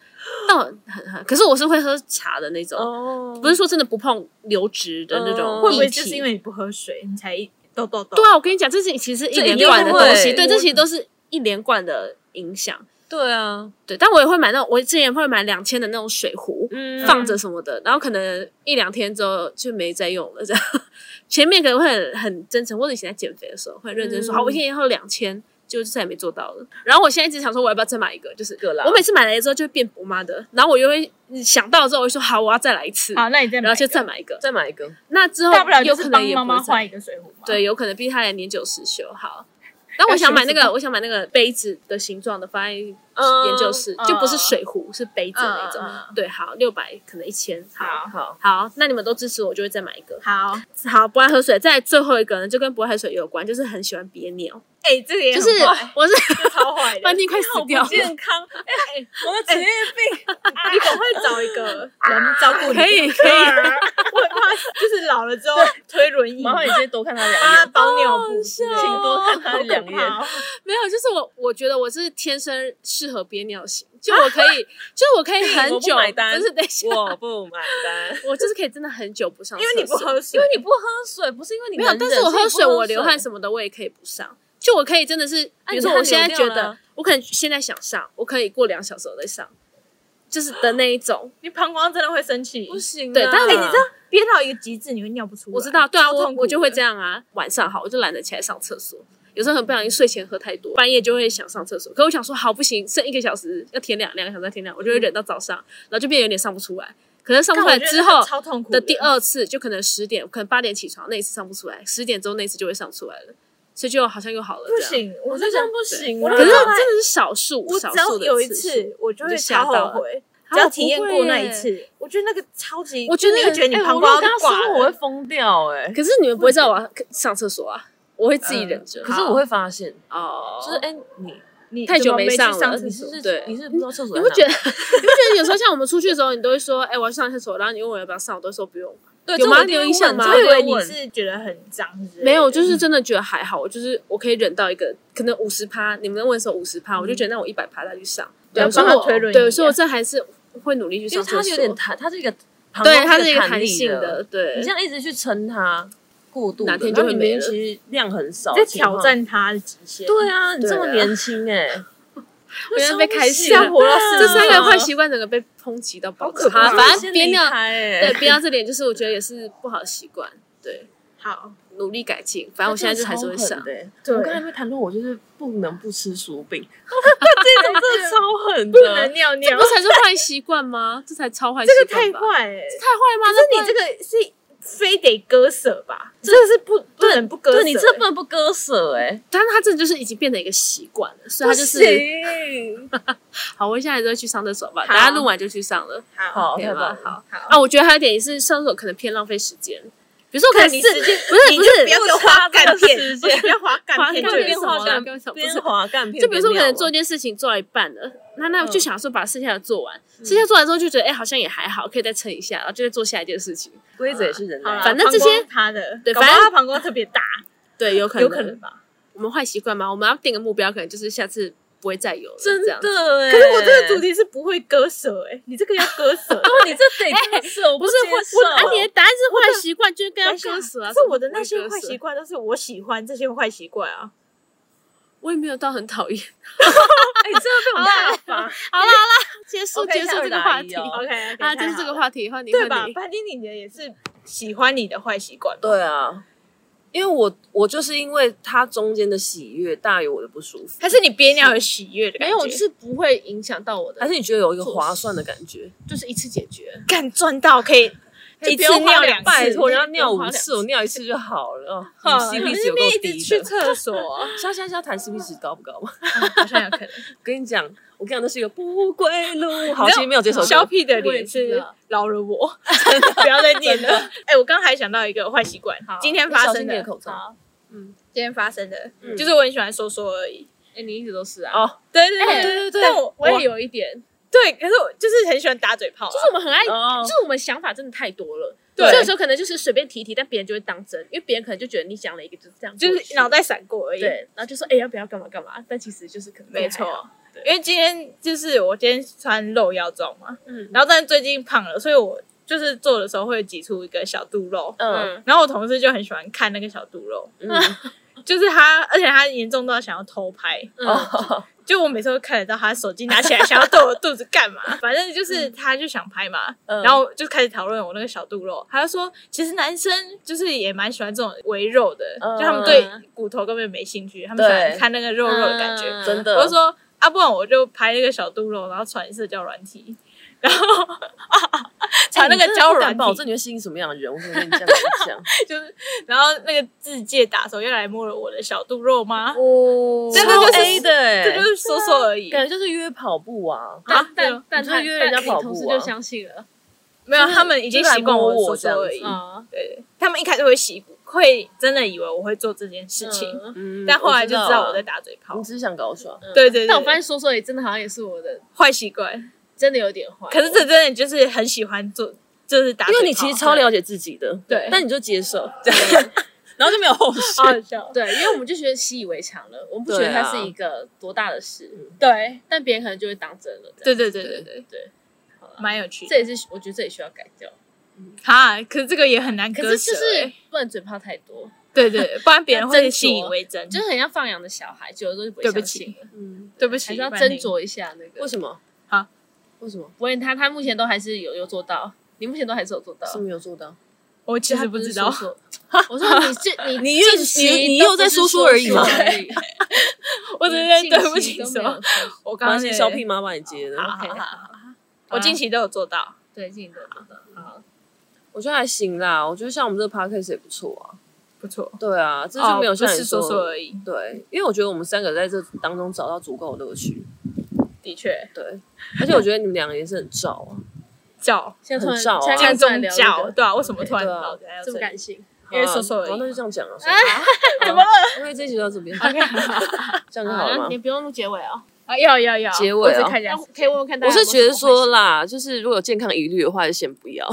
Speaker 5: 但我很很，可是我是会喝茶的那种，
Speaker 2: 哦，
Speaker 5: 不是说真的不碰流质的那种
Speaker 2: 嗯
Speaker 5: 液体，
Speaker 4: 会不会就是因为你不喝水，你才一痘痘痘？
Speaker 5: 对啊？我跟你讲，这是其实一
Speaker 2: 这一
Speaker 5: 连
Speaker 2: 定
Speaker 5: 贯的东西，
Speaker 2: 会
Speaker 5: 对，这其实都是一连贯的影响。
Speaker 2: 对啊，
Speaker 5: 对，但我也会买那种，我之前会买两千的那种水壶，
Speaker 2: 嗯
Speaker 5: 放着什么的，然后可能一两天之后就没再用了。这样， 前面可能会很很真诚，或者以前在减肥的时候会很认真说，
Speaker 2: 嗯
Speaker 5: 好，我一天喝两千。就再也没做到了。然后我现在一直想说，我要不要再买一个？就是
Speaker 2: 个啦
Speaker 5: 我每次买来之后就会变我妈的，然后我又会想到之后，我就说好，我要再来一次，
Speaker 4: 好，那啊你再买
Speaker 5: 然后就
Speaker 4: 一个
Speaker 5: 再买一个。
Speaker 2: 再买一个，
Speaker 5: 那之后
Speaker 4: 大不了
Speaker 5: 有
Speaker 4: 就
Speaker 5: 可
Speaker 4: 是
Speaker 5: 能
Speaker 4: 帮
Speaker 5: 也
Speaker 4: 妈妈
Speaker 5: 不会再
Speaker 4: 换一个水壶嘛。
Speaker 5: 对，有可能，毕竟他也年久失修。好，但我想买那
Speaker 4: 要修什
Speaker 5: 个，我想买那个杯子的形状的，放在
Speaker 2: 嗯
Speaker 5: 研究室，
Speaker 4: 嗯
Speaker 5: 就不是水壶，是杯子那种。
Speaker 4: 嗯嗯嗯
Speaker 5: 对，好，六百可能一千，好。
Speaker 2: 好，
Speaker 5: 好，那你们都支持我，我就会再买一个。
Speaker 4: 好，
Speaker 5: 好，不爱喝水。再来最后一个呢，就跟不爱喝水有关，就是很喜欢憋尿，
Speaker 4: 哎，这个也
Speaker 5: 就
Speaker 4: 很
Speaker 5: 是
Speaker 4: 坏
Speaker 5: 我 是
Speaker 4: 超坏的，
Speaker 5: 半天快死掉
Speaker 4: 好
Speaker 5: 了
Speaker 4: 不。健康。哎，我的职业病，你赶快啊找一个人照啊 顾你。
Speaker 5: 可以
Speaker 2: 哎
Speaker 5: 可以，
Speaker 2: 啊
Speaker 4: 我很怕就是老了之后推轮椅，
Speaker 2: 麻烦你先多看他两
Speaker 4: 帮他
Speaker 5: 啊
Speaker 2: 眼，
Speaker 4: 包尿布，
Speaker 2: 请多看他两眼。
Speaker 5: 没有，就是我我觉得我是天生适合憋尿型，就我可 以，就我可以很
Speaker 2: 我不
Speaker 5: 久，
Speaker 2: 买单
Speaker 5: 就是等一下，
Speaker 2: 我不买单，
Speaker 5: 我就是可以真的很久不上厕
Speaker 4: 因
Speaker 5: 所，
Speaker 4: 为你不喝水，
Speaker 2: 因为你不喝水，不是因为你
Speaker 5: 没有，但是我喝水，我流汗
Speaker 2: 么
Speaker 5: 什么的，我也可以不上。就我可以真的是，
Speaker 2: 啊
Speaker 5: 比
Speaker 2: 你
Speaker 5: 如说
Speaker 2: 汗
Speaker 5: 我现在
Speaker 2: 流
Speaker 5: 觉
Speaker 2: 掉
Speaker 5: 得
Speaker 2: 了，
Speaker 5: 我可能现在想上，我可以过两小时我再上，就是的那一种。
Speaker 4: 你膀胱真的会生气。
Speaker 2: 不行啊。
Speaker 5: 对但是
Speaker 4: 哎，你知道憋到一个极致，你会尿不出来。
Speaker 5: 我知道，对啊，
Speaker 4: 超
Speaker 5: 我
Speaker 4: 痛苦
Speaker 5: 我就会
Speaker 4: 的
Speaker 5: 这样啊。晚上好，我就懒得起来上厕所。有时候很不小心睡前喝太多，半夜就会想上厕所。可我想说，好不行，剩一个小时要填两，两个小时要填两，我就会忍到早上，然后就变得有点上不出来。可是上不出
Speaker 4: 但我
Speaker 5: 来
Speaker 4: 觉得
Speaker 5: 之
Speaker 4: 那个
Speaker 5: 后
Speaker 4: 超痛苦
Speaker 5: 的第，二次，就可能十点，可能八点起床那一次上不出来，十点之后那一次就会上出来了。所以就好像又好了。
Speaker 4: 不
Speaker 5: 这样，
Speaker 4: 行，我
Speaker 5: 就
Speaker 4: 就
Speaker 5: 这
Speaker 4: 这
Speaker 5: 样
Speaker 4: 样不行。
Speaker 5: 可
Speaker 4: 我
Speaker 5: 是
Speaker 4: 就
Speaker 5: 真
Speaker 4: 后来
Speaker 5: 的是少数，
Speaker 4: 我
Speaker 5: 少
Speaker 4: 只要
Speaker 5: 数的
Speaker 4: 有一
Speaker 5: 次数，
Speaker 4: 次，我就会
Speaker 5: 就
Speaker 4: 超
Speaker 5: 吓到
Speaker 4: 后
Speaker 5: 了
Speaker 4: 悔。
Speaker 5: 啊
Speaker 4: 只要体验
Speaker 5: 我不
Speaker 4: 过那
Speaker 5: 会
Speaker 4: 一
Speaker 5: 耶
Speaker 4: 次，我觉得那个超级，
Speaker 5: 我觉得
Speaker 4: 你会觉得你
Speaker 5: 哎
Speaker 4: 膀
Speaker 5: 我如果
Speaker 4: 胱
Speaker 5: 跟他
Speaker 4: 要
Speaker 5: 说
Speaker 4: 挂了
Speaker 2: 我会疯掉哎、
Speaker 5: 可是你们不会知道我要上厕所啊，我会自己忍着。
Speaker 2: 可是我会发现，
Speaker 5: 哦，
Speaker 2: 就是哎、你
Speaker 4: 你
Speaker 5: 太久
Speaker 2: 哦
Speaker 4: 怎么
Speaker 5: 没
Speaker 4: 没去
Speaker 5: 上了
Speaker 4: 厕
Speaker 2: 你是
Speaker 4: 所
Speaker 2: 不是
Speaker 5: 对
Speaker 2: 你是不知道厕所
Speaker 5: 你
Speaker 2: 在
Speaker 5: 会
Speaker 2: 哪
Speaker 5: 觉得， 你会觉得有时候像我们出去的时候，你都会说，哎，我要去上厕所，然后你问我要不要上，我都说不用。
Speaker 4: 对
Speaker 5: 有
Speaker 4: 这
Speaker 5: 吗
Speaker 4: 我
Speaker 5: 你
Speaker 4: 就
Speaker 5: 有
Speaker 4: 会
Speaker 5: 印象
Speaker 4: 问
Speaker 5: 吗
Speaker 4: 我以
Speaker 2: 我
Speaker 4: 为
Speaker 2: 有
Speaker 4: 你
Speaker 2: 问
Speaker 4: 是觉得很脏之类的，
Speaker 5: 没有，就是真的觉得还好，我就是我可以忍到一个可能五十趴，你们问说五十趴，我就觉得那我一百趴再去上。
Speaker 4: 嗯对啊
Speaker 5: 对，所以
Speaker 4: 帮他
Speaker 5: 我
Speaker 4: 推轮椅
Speaker 5: 对，所以我这还是会努力去
Speaker 2: 因为
Speaker 5: 上厕
Speaker 2: 它是
Speaker 5: 所
Speaker 2: 有。点弹，它是一个膀
Speaker 5: 对，
Speaker 2: 胱
Speaker 5: 它是一个
Speaker 2: 弹
Speaker 5: 弹
Speaker 2: 力
Speaker 5: 性的，，对，
Speaker 2: 你这样一直去撑它，过度的
Speaker 5: 哪天
Speaker 2: 然后
Speaker 5: 就会
Speaker 2: 你
Speaker 5: 没
Speaker 2: 明明
Speaker 5: 了
Speaker 2: 其实量很少，
Speaker 4: 在
Speaker 2: 情况
Speaker 4: 挑。战他的极限。
Speaker 2: 对啊，你这么
Speaker 5: 对啊
Speaker 2: 年轻哎、
Speaker 5: 我现在被开
Speaker 4: 是
Speaker 5: 始
Speaker 4: 要
Speaker 5: 了。
Speaker 4: 活到
Speaker 2: 啊
Speaker 4: 四
Speaker 5: 这
Speaker 4: 十
Speaker 5: 三个
Speaker 4: 吗
Speaker 5: 坏习惯整个被抨击到爆炸，
Speaker 4: 怕啊
Speaker 5: 反正
Speaker 2: 先
Speaker 5: 憋
Speaker 2: 离
Speaker 5: 尿，
Speaker 2: 开哎、
Speaker 5: 对，憋到这点就是我觉得也是不好的习惯，对，
Speaker 4: 好，
Speaker 5: 努力改进。反正我现在就还是会上，
Speaker 2: 对，
Speaker 4: 对
Speaker 2: 我刚才没谈论，我就是不能不吃薯 饼，这种真的超狠的，
Speaker 4: 不能尿尿
Speaker 5: 这不，才是坏习惯吗？这才超坏习
Speaker 4: 这个太
Speaker 5: 惯吧，
Speaker 4: 坏
Speaker 5: 太
Speaker 4: 哎！
Speaker 5: 坏吗？
Speaker 4: 可是你这个是非得割舍吧？这个是不不能不割舍
Speaker 2: 对
Speaker 4: 欸，
Speaker 2: 你这不能不割舍哎、
Speaker 5: 但是他真的就是已经变成一个习惯了，所以他就是
Speaker 4: 行。
Speaker 5: 好，我现在就会去上厕所吧，
Speaker 4: 好
Speaker 5: 等下录完就去上了，
Speaker 4: 好，
Speaker 2: 好，
Speaker 5: 可以
Speaker 2: 太棒
Speaker 5: 吗？
Speaker 2: 了。
Speaker 5: 好
Speaker 4: 好
Speaker 5: 啊，我觉得还有一点也是上厕所可能偏浪费时间，比如说我可
Speaker 4: 看
Speaker 5: 能
Speaker 4: 你
Speaker 5: 是
Speaker 4: 时间不是不是，不要给我花干片，不是不要花干
Speaker 5: 滑
Speaker 4: 片，
Speaker 5: 干
Speaker 4: 就
Speaker 5: 片
Speaker 4: 变
Speaker 5: 什
Speaker 4: 花
Speaker 5: 么
Speaker 4: 干
Speaker 5: 的，
Speaker 4: 片。
Speaker 5: 跟不
Speaker 2: 边
Speaker 5: 是
Speaker 2: 滑干片，
Speaker 5: 就比如说我可能做一
Speaker 2: 边啊
Speaker 5: 件事情做到一半了，那那我就想说把剩下的做完，剩下做完之后就觉得哎、好像也还好，可以再撑一下，然后就再做下一件事情。
Speaker 2: 尿规则也是人类
Speaker 4: 好啦
Speaker 2: 啊，
Speaker 5: 反正这些
Speaker 4: 膀胱他的，
Speaker 5: 对
Speaker 4: 搞不好
Speaker 5: 反正
Speaker 4: 他膀胱特别大，
Speaker 5: 对，有可能，
Speaker 4: 有可能吧。
Speaker 5: 我们坏习惯嘛，我们要定个目标，可能就是下次不会再有了，
Speaker 2: 真
Speaker 5: 这样子。
Speaker 2: 的哎、
Speaker 4: 可是我这个主，题是不会割舍哎，你这个要割舍，
Speaker 2: 你这 得割哎舍，我
Speaker 5: 不是
Speaker 2: 接
Speaker 5: 我，
Speaker 2: 受
Speaker 5: 啊，你的答案是坏习惯，就是跟他割舍啊。
Speaker 4: 可是我的那些
Speaker 5: 怎么
Speaker 4: 坏
Speaker 5: 会割舍
Speaker 4: 习惯都是我喜欢这些坏习惯啊。
Speaker 5: 我也没有到很讨厌。
Speaker 2: 哎，这个被我们大发，
Speaker 5: 好了好了，结束
Speaker 2: OK，
Speaker 5: 结束这个话题
Speaker 2: 下回打一哦
Speaker 4: OK
Speaker 5: 啊，就是这个话题，换你
Speaker 4: 对
Speaker 5: 换
Speaker 4: 吧
Speaker 5: 你？。
Speaker 4: 反正你的也是喜欢你的坏习惯吧，
Speaker 2: 对啊。因为我我就是因为它中间的喜悦大于我的不舒服，
Speaker 4: 还是你憋尿有喜悦的感
Speaker 5: 没
Speaker 4: 觉？
Speaker 5: 有，我就是不会影响到我的，
Speaker 2: 还是你觉得有一个划算的感觉？
Speaker 5: 就是一次解决。
Speaker 4: 干赚到可以一
Speaker 2: 不要
Speaker 4: 次
Speaker 2: 花
Speaker 4: 尿
Speaker 2: 两
Speaker 4: 两
Speaker 2: 拜
Speaker 4: 次，
Speaker 2: 托，人家尿
Speaker 5: 不要
Speaker 2: 五
Speaker 5: 花
Speaker 2: 次，我尿一次就 好了。哦
Speaker 4: 哼
Speaker 2: 你
Speaker 4: 你
Speaker 2: CP 值
Speaker 4: 那
Speaker 2: 有够
Speaker 4: 边一直
Speaker 2: 低
Speaker 4: 去
Speaker 2: 的。
Speaker 4: 厕所，
Speaker 2: 像现在要谈 CP 值高不 高吗？
Speaker 4: 好像有可能。
Speaker 2: 我跟你讲，我跟你讲，那是一个不归路。好，其实没有这首
Speaker 4: 肖
Speaker 2: 歌。
Speaker 4: 屁的脸是饶了我， 不要再念了。 哎、我刚还想到一个坏习惯，今天发
Speaker 2: 小
Speaker 4: 生
Speaker 2: 心你
Speaker 4: 的
Speaker 2: 的口罩
Speaker 4: 好
Speaker 5: 嗯
Speaker 4: 今天发生的，
Speaker 2: 嗯
Speaker 4: 就是我很喜欢说说而已。
Speaker 5: 哎，你一直都是啊。
Speaker 2: 哦，
Speaker 4: 对对
Speaker 5: 哎
Speaker 4: 对
Speaker 5: 对对对
Speaker 4: 但我我
Speaker 5: 我也
Speaker 4: 也有
Speaker 5: 有一点，
Speaker 4: 对，可是我就是很喜欢打嘴炮啊、
Speaker 5: 就是我们很爱，
Speaker 2: 哦
Speaker 5: 就是我们想法真的太多了。
Speaker 4: 对
Speaker 5: 所以有时候可能就是随便提一提，但别人就会当真，因为别人可能就觉得你讲了一个就是这样过
Speaker 4: 就
Speaker 5: 去，
Speaker 4: 是脑袋闪过而已。
Speaker 5: 对，然后就说哎要不要干嘛干嘛，但其实就是可能
Speaker 4: 没
Speaker 5: 还好
Speaker 4: 错，因为今天就是我今天穿露腰装嘛，
Speaker 5: 嗯
Speaker 4: 然后但是最近胖了，所以我就是做的时候会挤出一个小肚肉，
Speaker 2: 嗯
Speaker 4: 然后我同事就很喜欢看那个小肚肉，
Speaker 2: 嗯，
Speaker 4: 就是他，而且他严重到想要偷拍，
Speaker 2: 哦，
Speaker 4: 就我每次都看得到他手机拿起来想要逗我肚子干嘛，反正就是他就想拍嘛，
Speaker 2: 嗯
Speaker 4: 然后就开始讨论我那个小肚肉，他就说其实男生就是也蛮喜欢这种围肉的，
Speaker 2: 嗯
Speaker 4: 就他们对骨头根本没兴趣，他们喜欢
Speaker 2: 对
Speaker 4: 看那个肉肉的感觉，
Speaker 5: 嗯
Speaker 2: 真
Speaker 4: 我
Speaker 2: 的
Speaker 4: 就。说啊，不然我就拍那个小肚肉，然后传社交软体，然后 传那个交
Speaker 2: 交
Speaker 4: 友软
Speaker 2: 软，保
Speaker 4: 体，
Speaker 2: 哎证你会吸引什么样的人？我跟你 这样跟你讲，
Speaker 4: 就是然后那个自介打手又来摸了我的小肚肉吗？
Speaker 5: 哦
Speaker 4: 这个就是
Speaker 2: 超 A 的欸，
Speaker 4: 这就是说说而已，
Speaker 2: 感觉就是约跑步啊。
Speaker 4: 啊
Speaker 5: 但
Speaker 4: 对
Speaker 5: 但但
Speaker 2: 你
Speaker 5: 他
Speaker 2: 就约人家
Speaker 5: 但你
Speaker 2: 跑
Speaker 5: 同
Speaker 2: 步
Speaker 5: 事
Speaker 2: 啊
Speaker 5: 就相信了
Speaker 4: 没有，他们已经习惯我的
Speaker 2: 就
Speaker 4: 说
Speaker 2: 是
Speaker 4: 说
Speaker 2: 来摸我
Speaker 4: 而已
Speaker 2: 这。样
Speaker 5: 啊，
Speaker 4: 对，他们一开始会习会真的以为我会做这件事情，
Speaker 5: 嗯
Speaker 2: 嗯
Speaker 4: 但后来就知道我在
Speaker 2: 在，嗯
Speaker 4: 打嘴炮
Speaker 2: 你。只是想搞爽。
Speaker 4: 对对对，
Speaker 5: 但我发现说说也真的好像也是我的，
Speaker 4: 坏习惯，
Speaker 5: 真的有点坏。
Speaker 4: 可是这真的就是很喜欢做，就是打嘴
Speaker 2: 因
Speaker 4: 炮，
Speaker 2: 为你其实超了解自己的，
Speaker 5: 对
Speaker 2: 但你就接 受，这样然后就没有后续。
Speaker 4: 好笑。
Speaker 5: 对，因为我们就觉得习以为常了，我们不觉得
Speaker 2: 对啊
Speaker 5: 它是一个多大的事，
Speaker 4: 对
Speaker 5: 但别人可能就会当真了。这
Speaker 4: 对
Speaker 5: 样
Speaker 4: 对对对对，
Speaker 5: 对，
Speaker 4: 蛮有趣的
Speaker 5: 这。也是我觉得这也需要改掉。
Speaker 4: 哈，可是这个也很难
Speaker 5: 可
Speaker 4: 割
Speaker 5: 是
Speaker 4: 舍
Speaker 5: 就
Speaker 4: 欸、
Speaker 5: 是不能嘴炮太多，
Speaker 4: 对对，不然别人
Speaker 5: 要
Speaker 4: 会
Speaker 5: 斟酌
Speaker 4: 信以为真。
Speaker 5: 就是很像放羊的小孩，久了都就不会
Speaker 4: 对不
Speaker 5: 相
Speaker 4: 起
Speaker 5: 信了。
Speaker 2: 嗯，
Speaker 4: 对不起，
Speaker 5: 还是要
Speaker 4: 不然
Speaker 5: 斟
Speaker 4: 你。
Speaker 5: 酌一下那个
Speaker 2: 为。什么？
Speaker 4: 啊？
Speaker 2: 为什么？
Speaker 5: 不会，他他目前都还是有有做到，你目前都还是有做到。
Speaker 2: 是没有做到？
Speaker 4: 我其实
Speaker 5: 他
Speaker 4: 不
Speaker 5: 是
Speaker 4: 知道，
Speaker 5: 说说 我说你这你
Speaker 2: 你
Speaker 5: 你
Speaker 2: 又你你又在说说而已嘛
Speaker 4: 我只是对不起 说，
Speaker 5: 说。
Speaker 4: 我刚
Speaker 2: 关
Speaker 4: 刚
Speaker 2: 系
Speaker 4: 那
Speaker 2: 小屁妈帮你接的
Speaker 4: 好。好
Speaker 5: OK
Speaker 4: 好好好我近期都有做到。
Speaker 5: 对，进都有做到。好
Speaker 2: 我觉得还行啦，我觉得像我们这个 podcast 也不错啊。
Speaker 4: 不错，
Speaker 2: 对啊，这就没有
Speaker 4: 哦不
Speaker 2: 像你
Speaker 4: 是说说
Speaker 2: 说
Speaker 4: 而已。
Speaker 2: 对，因为我觉得我们三个在这当中找到足够的乐趣，
Speaker 4: 的确，
Speaker 2: 对，而且我觉得你们两个也是很照啊，
Speaker 4: 教
Speaker 5: 现在突然
Speaker 2: 很少啊
Speaker 5: 现在
Speaker 4: 看
Speaker 5: 突然
Speaker 4: 宗
Speaker 5: 聊
Speaker 4: 教，
Speaker 5: 这个
Speaker 4: 对啊，为什么突然
Speaker 2: 对啊
Speaker 4: 老在
Speaker 5: 这么感性，
Speaker 4: 因为
Speaker 2: 好啊
Speaker 4: 说说而已
Speaker 2: 好那就这样讲了，说好
Speaker 4: 怎么了？
Speaker 2: 因为这一集到这边，这样就好了吗
Speaker 5: 啊你？不用录结尾哦，
Speaker 4: 啊？要要要，
Speaker 2: 结尾啊
Speaker 4: 我只看一下
Speaker 5: 要可以问问看大
Speaker 2: 我
Speaker 5: 家有没有
Speaker 2: 是
Speaker 5: 什
Speaker 2: 觉
Speaker 5: 么回
Speaker 2: 得
Speaker 5: 想。
Speaker 2: 说啦，就是如果有健康疑虑的话，就先不要。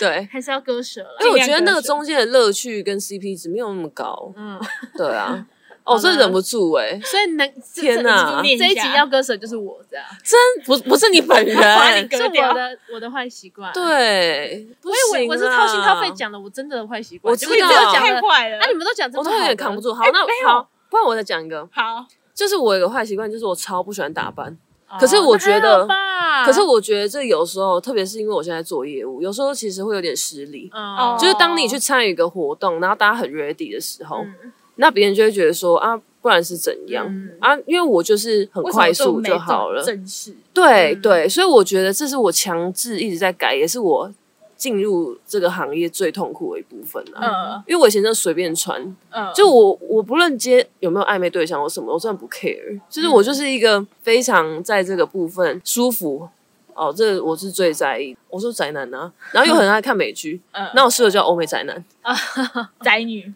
Speaker 2: 对，
Speaker 5: 还是要割舍了
Speaker 2: 因，为我
Speaker 4: 尽量
Speaker 2: 觉得那个
Speaker 4: 割舍
Speaker 2: 中间的乐趣跟 CP 值没有那么高。
Speaker 5: 嗯，
Speaker 2: 对啊，哦，这忍不住哎、
Speaker 5: 所以能这
Speaker 2: 天哪
Speaker 5: 这这一
Speaker 4: 念一
Speaker 5: 集
Speaker 4: 下
Speaker 5: 要割舍就是我这样，
Speaker 2: 真不不是你本 人
Speaker 4: 割
Speaker 5: 是
Speaker 4: 掉
Speaker 5: 我的我的坏习惯。，
Speaker 2: 啊对，不
Speaker 5: 我以
Speaker 2: 行
Speaker 5: 为
Speaker 2: 啊
Speaker 5: 我是掏心掏肺
Speaker 2: 啦，
Speaker 5: 讲了我真的坏习惯，
Speaker 2: 我
Speaker 5: 结
Speaker 2: 知
Speaker 5: 果你
Speaker 2: 道啊
Speaker 5: 们都讲
Speaker 4: 太
Speaker 5: 了，啊
Speaker 4: 快了
Speaker 5: 那。你们都讲这么
Speaker 2: 我
Speaker 5: 好
Speaker 2: 都
Speaker 5: 的，哎
Speaker 2: 有点扛不住。好，那
Speaker 4: 没有
Speaker 2: 好，不然我再讲一个，
Speaker 4: 好，
Speaker 2: 就是我有个坏习惯，就是我超不喜欢打扮。 可是我觉
Speaker 5: 哦还好
Speaker 2: 得，
Speaker 5: 吧，
Speaker 2: 可是我觉得这有时候，特别是因为我现在做业务，有时候其实会有点失礼。
Speaker 5: 嗯
Speaker 2: 就是当你去参与一个活动，然后大家很 ready 的时候，
Speaker 5: 嗯
Speaker 2: 那别人就会觉得说啊，不然是怎样、
Speaker 5: 嗯
Speaker 2: 啊？因为我就是很
Speaker 4: 为什么
Speaker 2: 快
Speaker 4: 这
Speaker 2: 速
Speaker 4: 么没
Speaker 2: 就好了
Speaker 4: 这。么正式
Speaker 2: 对、
Speaker 5: 嗯
Speaker 2: 对，所以我觉得这是我强制一直在改，也是我进入这个行业最痛苦的一部分啊。
Speaker 4: 嗯
Speaker 2: 因为我以前真的随便穿，
Speaker 4: 嗯，
Speaker 2: 就我我不论接有没有暧昧对象，我什么我真的不 care，就是
Speaker 4: 嗯
Speaker 2: 我就是一个非常在这个部分舒服。哦，这个我是最在意。我说宅男啊，然后又很爱看美剧，
Speaker 4: 嗯
Speaker 2: 那我室友叫欧美宅男，
Speaker 4: 宅女，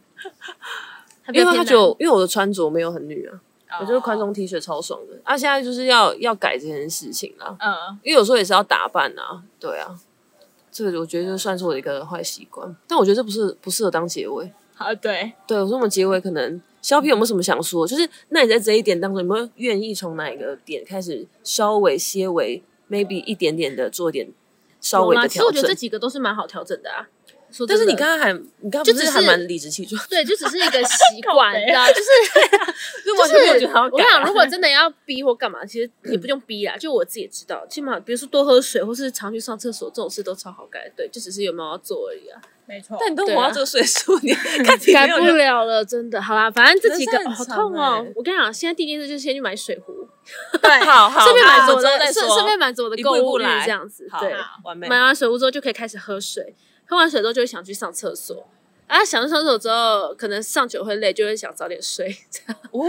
Speaker 2: 因为他觉得我因为我的穿着没有很女啊，我就是宽
Speaker 4: 哦，
Speaker 2: 松 T 恤超爽的。啊，现在就是要要改这件事情啦，
Speaker 4: 嗯，
Speaker 2: 因为有时候也是要打扮啊，对啊，这个我觉得就算是我的一个坏习惯，但我觉得这不是不适合当结尾。
Speaker 4: 好，对，
Speaker 2: 对，我说我们结尾可能肖皮有没有什么想说？就是那你在这一点当中，有没有愿意从哪一个点开始稍微、些微、maybe 一点点的做一点稍微
Speaker 5: 有啦
Speaker 2: 的
Speaker 5: 其实
Speaker 2: 调
Speaker 5: 我觉得这
Speaker 2: 整？
Speaker 5: 几个都是蛮好调整的啊。说真
Speaker 2: 但是
Speaker 5: 的
Speaker 2: 你刚刚还，你刚刚
Speaker 5: 就
Speaker 2: 不
Speaker 5: 只
Speaker 2: 是还
Speaker 5: 是
Speaker 2: 蛮理直气 壮，
Speaker 5: 对，就只是一个习 惯，
Speaker 4: 靠
Speaker 5: 你
Speaker 4: 北
Speaker 5: 知道，就是
Speaker 2: 就
Speaker 5: 就是
Speaker 2: 我觉得好
Speaker 5: 我想，如果真的要逼或干嘛，其实也不用逼啦，就我自己也知道，起码比如说多喝水，或是常去上厕所这种事都超好改，对，就只是有没有要做而已啊，
Speaker 4: 没错，
Speaker 2: 但你都
Speaker 5: 对
Speaker 2: 活
Speaker 5: 啊
Speaker 2: 到这个岁数， 你看你
Speaker 5: 改
Speaker 2: 没有
Speaker 5: 不
Speaker 2: 就
Speaker 5: 了了，真的，好啦，反正这几个、
Speaker 2: 人
Speaker 5: 哦
Speaker 2: 生
Speaker 5: 好
Speaker 2: 很长
Speaker 5: 痛哦
Speaker 2: 欸，
Speaker 5: 我跟你讲，现在第一件事就是先去买水壶，
Speaker 4: 对，
Speaker 2: 好好，
Speaker 5: 顺便
Speaker 2: 哦好
Speaker 5: 满足
Speaker 2: 我们
Speaker 5: 我
Speaker 2: 之后
Speaker 5: 的
Speaker 2: 再
Speaker 5: 顺
Speaker 2: 说
Speaker 5: 顺便满足我的
Speaker 2: 一
Speaker 5: 购
Speaker 2: 步一步
Speaker 5: 物欲
Speaker 2: 来
Speaker 5: 这样子，
Speaker 2: 好
Speaker 5: 对，
Speaker 2: 完美
Speaker 5: 买完水壶之后就可以开始喝水，喝完水之后就会想去上厕所。啊，想去上厕所之后，可能上久会累，就会想早 点睡。
Speaker 2: 哦，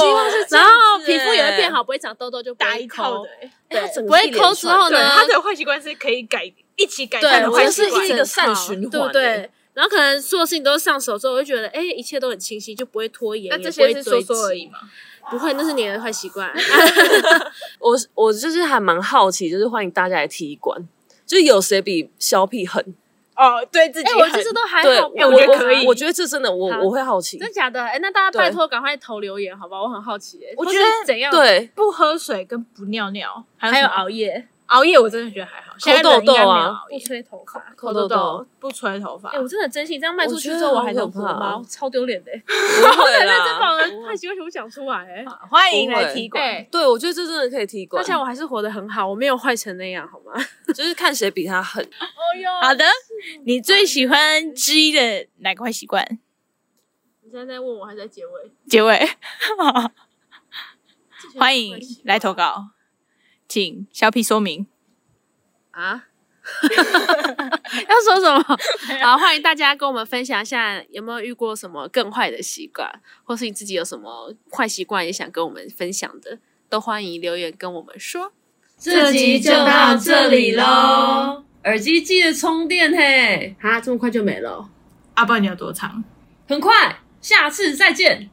Speaker 2: 希 望是这
Speaker 5: 然
Speaker 2: 样
Speaker 5: 后
Speaker 2: 子
Speaker 5: 皮肤也会
Speaker 2: 欸
Speaker 5: 变，好，不会长痘痘，就不
Speaker 4: 打
Speaker 5: 会
Speaker 4: 一套
Speaker 5: 抠
Speaker 4: 的。。欸
Speaker 2: 哎它整
Speaker 5: 不
Speaker 2: 个是
Speaker 5: 会
Speaker 2: 一连
Speaker 5: 抠之
Speaker 2: 串
Speaker 5: 后
Speaker 2: 的
Speaker 5: 呢
Speaker 4: 对，他的坏习惯是可以改，一起改
Speaker 5: 对
Speaker 4: 善，的
Speaker 5: 我
Speaker 4: 坏
Speaker 5: 就
Speaker 2: 这
Speaker 4: 习
Speaker 2: 是
Speaker 5: 是
Speaker 4: 惯。
Speaker 2: 一
Speaker 5: 整
Speaker 2: 个善
Speaker 5: 套
Speaker 2: 循环，欸
Speaker 5: 对不对？？然后可能所有事情都上手之后，我就觉得哎，一切都很清晰，就不会拖延，
Speaker 4: 那
Speaker 5: 也
Speaker 4: 这
Speaker 5: 不会
Speaker 4: 些是说
Speaker 5: 堆积
Speaker 4: 说而已，嘛？
Speaker 5: 不会，那是你的坏习 惯。
Speaker 2: 我是我就是还蛮好奇，就是欢迎大家来踢馆，就是有谁比肖屁狠？
Speaker 4: 哦，对自己
Speaker 5: 哎，我
Speaker 4: 很
Speaker 5: 觉得这都还
Speaker 2: 对，
Speaker 5: 好吧，
Speaker 4: 哎我觉得可以
Speaker 2: 我觉得这真的，我
Speaker 5: 好
Speaker 2: 我会好奇。
Speaker 5: 真假的？哎，那大家拜
Speaker 2: 对
Speaker 5: 托赶快投留言，好吧？我很好奇，哎
Speaker 4: 我
Speaker 5: 或
Speaker 4: 觉
Speaker 5: 是
Speaker 4: 得
Speaker 5: 怎样？，
Speaker 2: 对，
Speaker 4: 不喝水跟不尿尿，还
Speaker 5: 还有
Speaker 4: 什么
Speaker 5: 熬 夜，
Speaker 4: 熬夜，我真的觉得还好。现在
Speaker 2: 痘
Speaker 4: 人应该
Speaker 2: 痘
Speaker 4: 没
Speaker 2: 啊
Speaker 4: 有熬
Speaker 5: 不
Speaker 4: 夜
Speaker 5: 吹头发。
Speaker 2: 抠
Speaker 4: 抠
Speaker 2: 痘痘
Speaker 4: 痘痘，不吹头发
Speaker 5: 哎、。我真的真心这样卖出去
Speaker 2: 我觉得
Speaker 5: 之后，我还
Speaker 2: 好可
Speaker 5: 有活
Speaker 2: 怕啊
Speaker 5: 吗？超丢 脸的、欸！
Speaker 2: 不
Speaker 4: 啊
Speaker 2: 会
Speaker 5: 但是
Speaker 2: 啦。
Speaker 5: 把我的坏习惯全部讲出来、欸，哎，
Speaker 4: 欢迎
Speaker 2: 不
Speaker 4: 来
Speaker 2: 会哎
Speaker 4: 踢馆，
Speaker 5: 对，
Speaker 2: 对，我觉得这真的可以踢
Speaker 5: 而
Speaker 2: 馆
Speaker 5: 且，我还是活得很好，我没有坏成那样，好吗？
Speaker 2: 就是看谁比他狠。
Speaker 5: 哦哟，
Speaker 4: 好的，你最喜欢之一的哪个坏习惯？
Speaker 5: 你现在在问我，还是在结尾？
Speaker 4: 结尾，欢迎
Speaker 5: 这些坏习惯
Speaker 4: 来投稿，请小屁说明。
Speaker 5: 啊！要说 什么？
Speaker 1: 啊
Speaker 5: 好，欢迎大家跟我们分享一下，有没有遇过什么更坏的习惯，或是你自己有什么坏习惯也想跟我们分享的，都欢迎留言跟我们说。
Speaker 1: 这集就到这里喽，
Speaker 2: 耳机记得充电嘿，
Speaker 5: 啊，这么快就没了哦、
Speaker 4: 阿爸，你有多长？
Speaker 2: 很快，下次再见。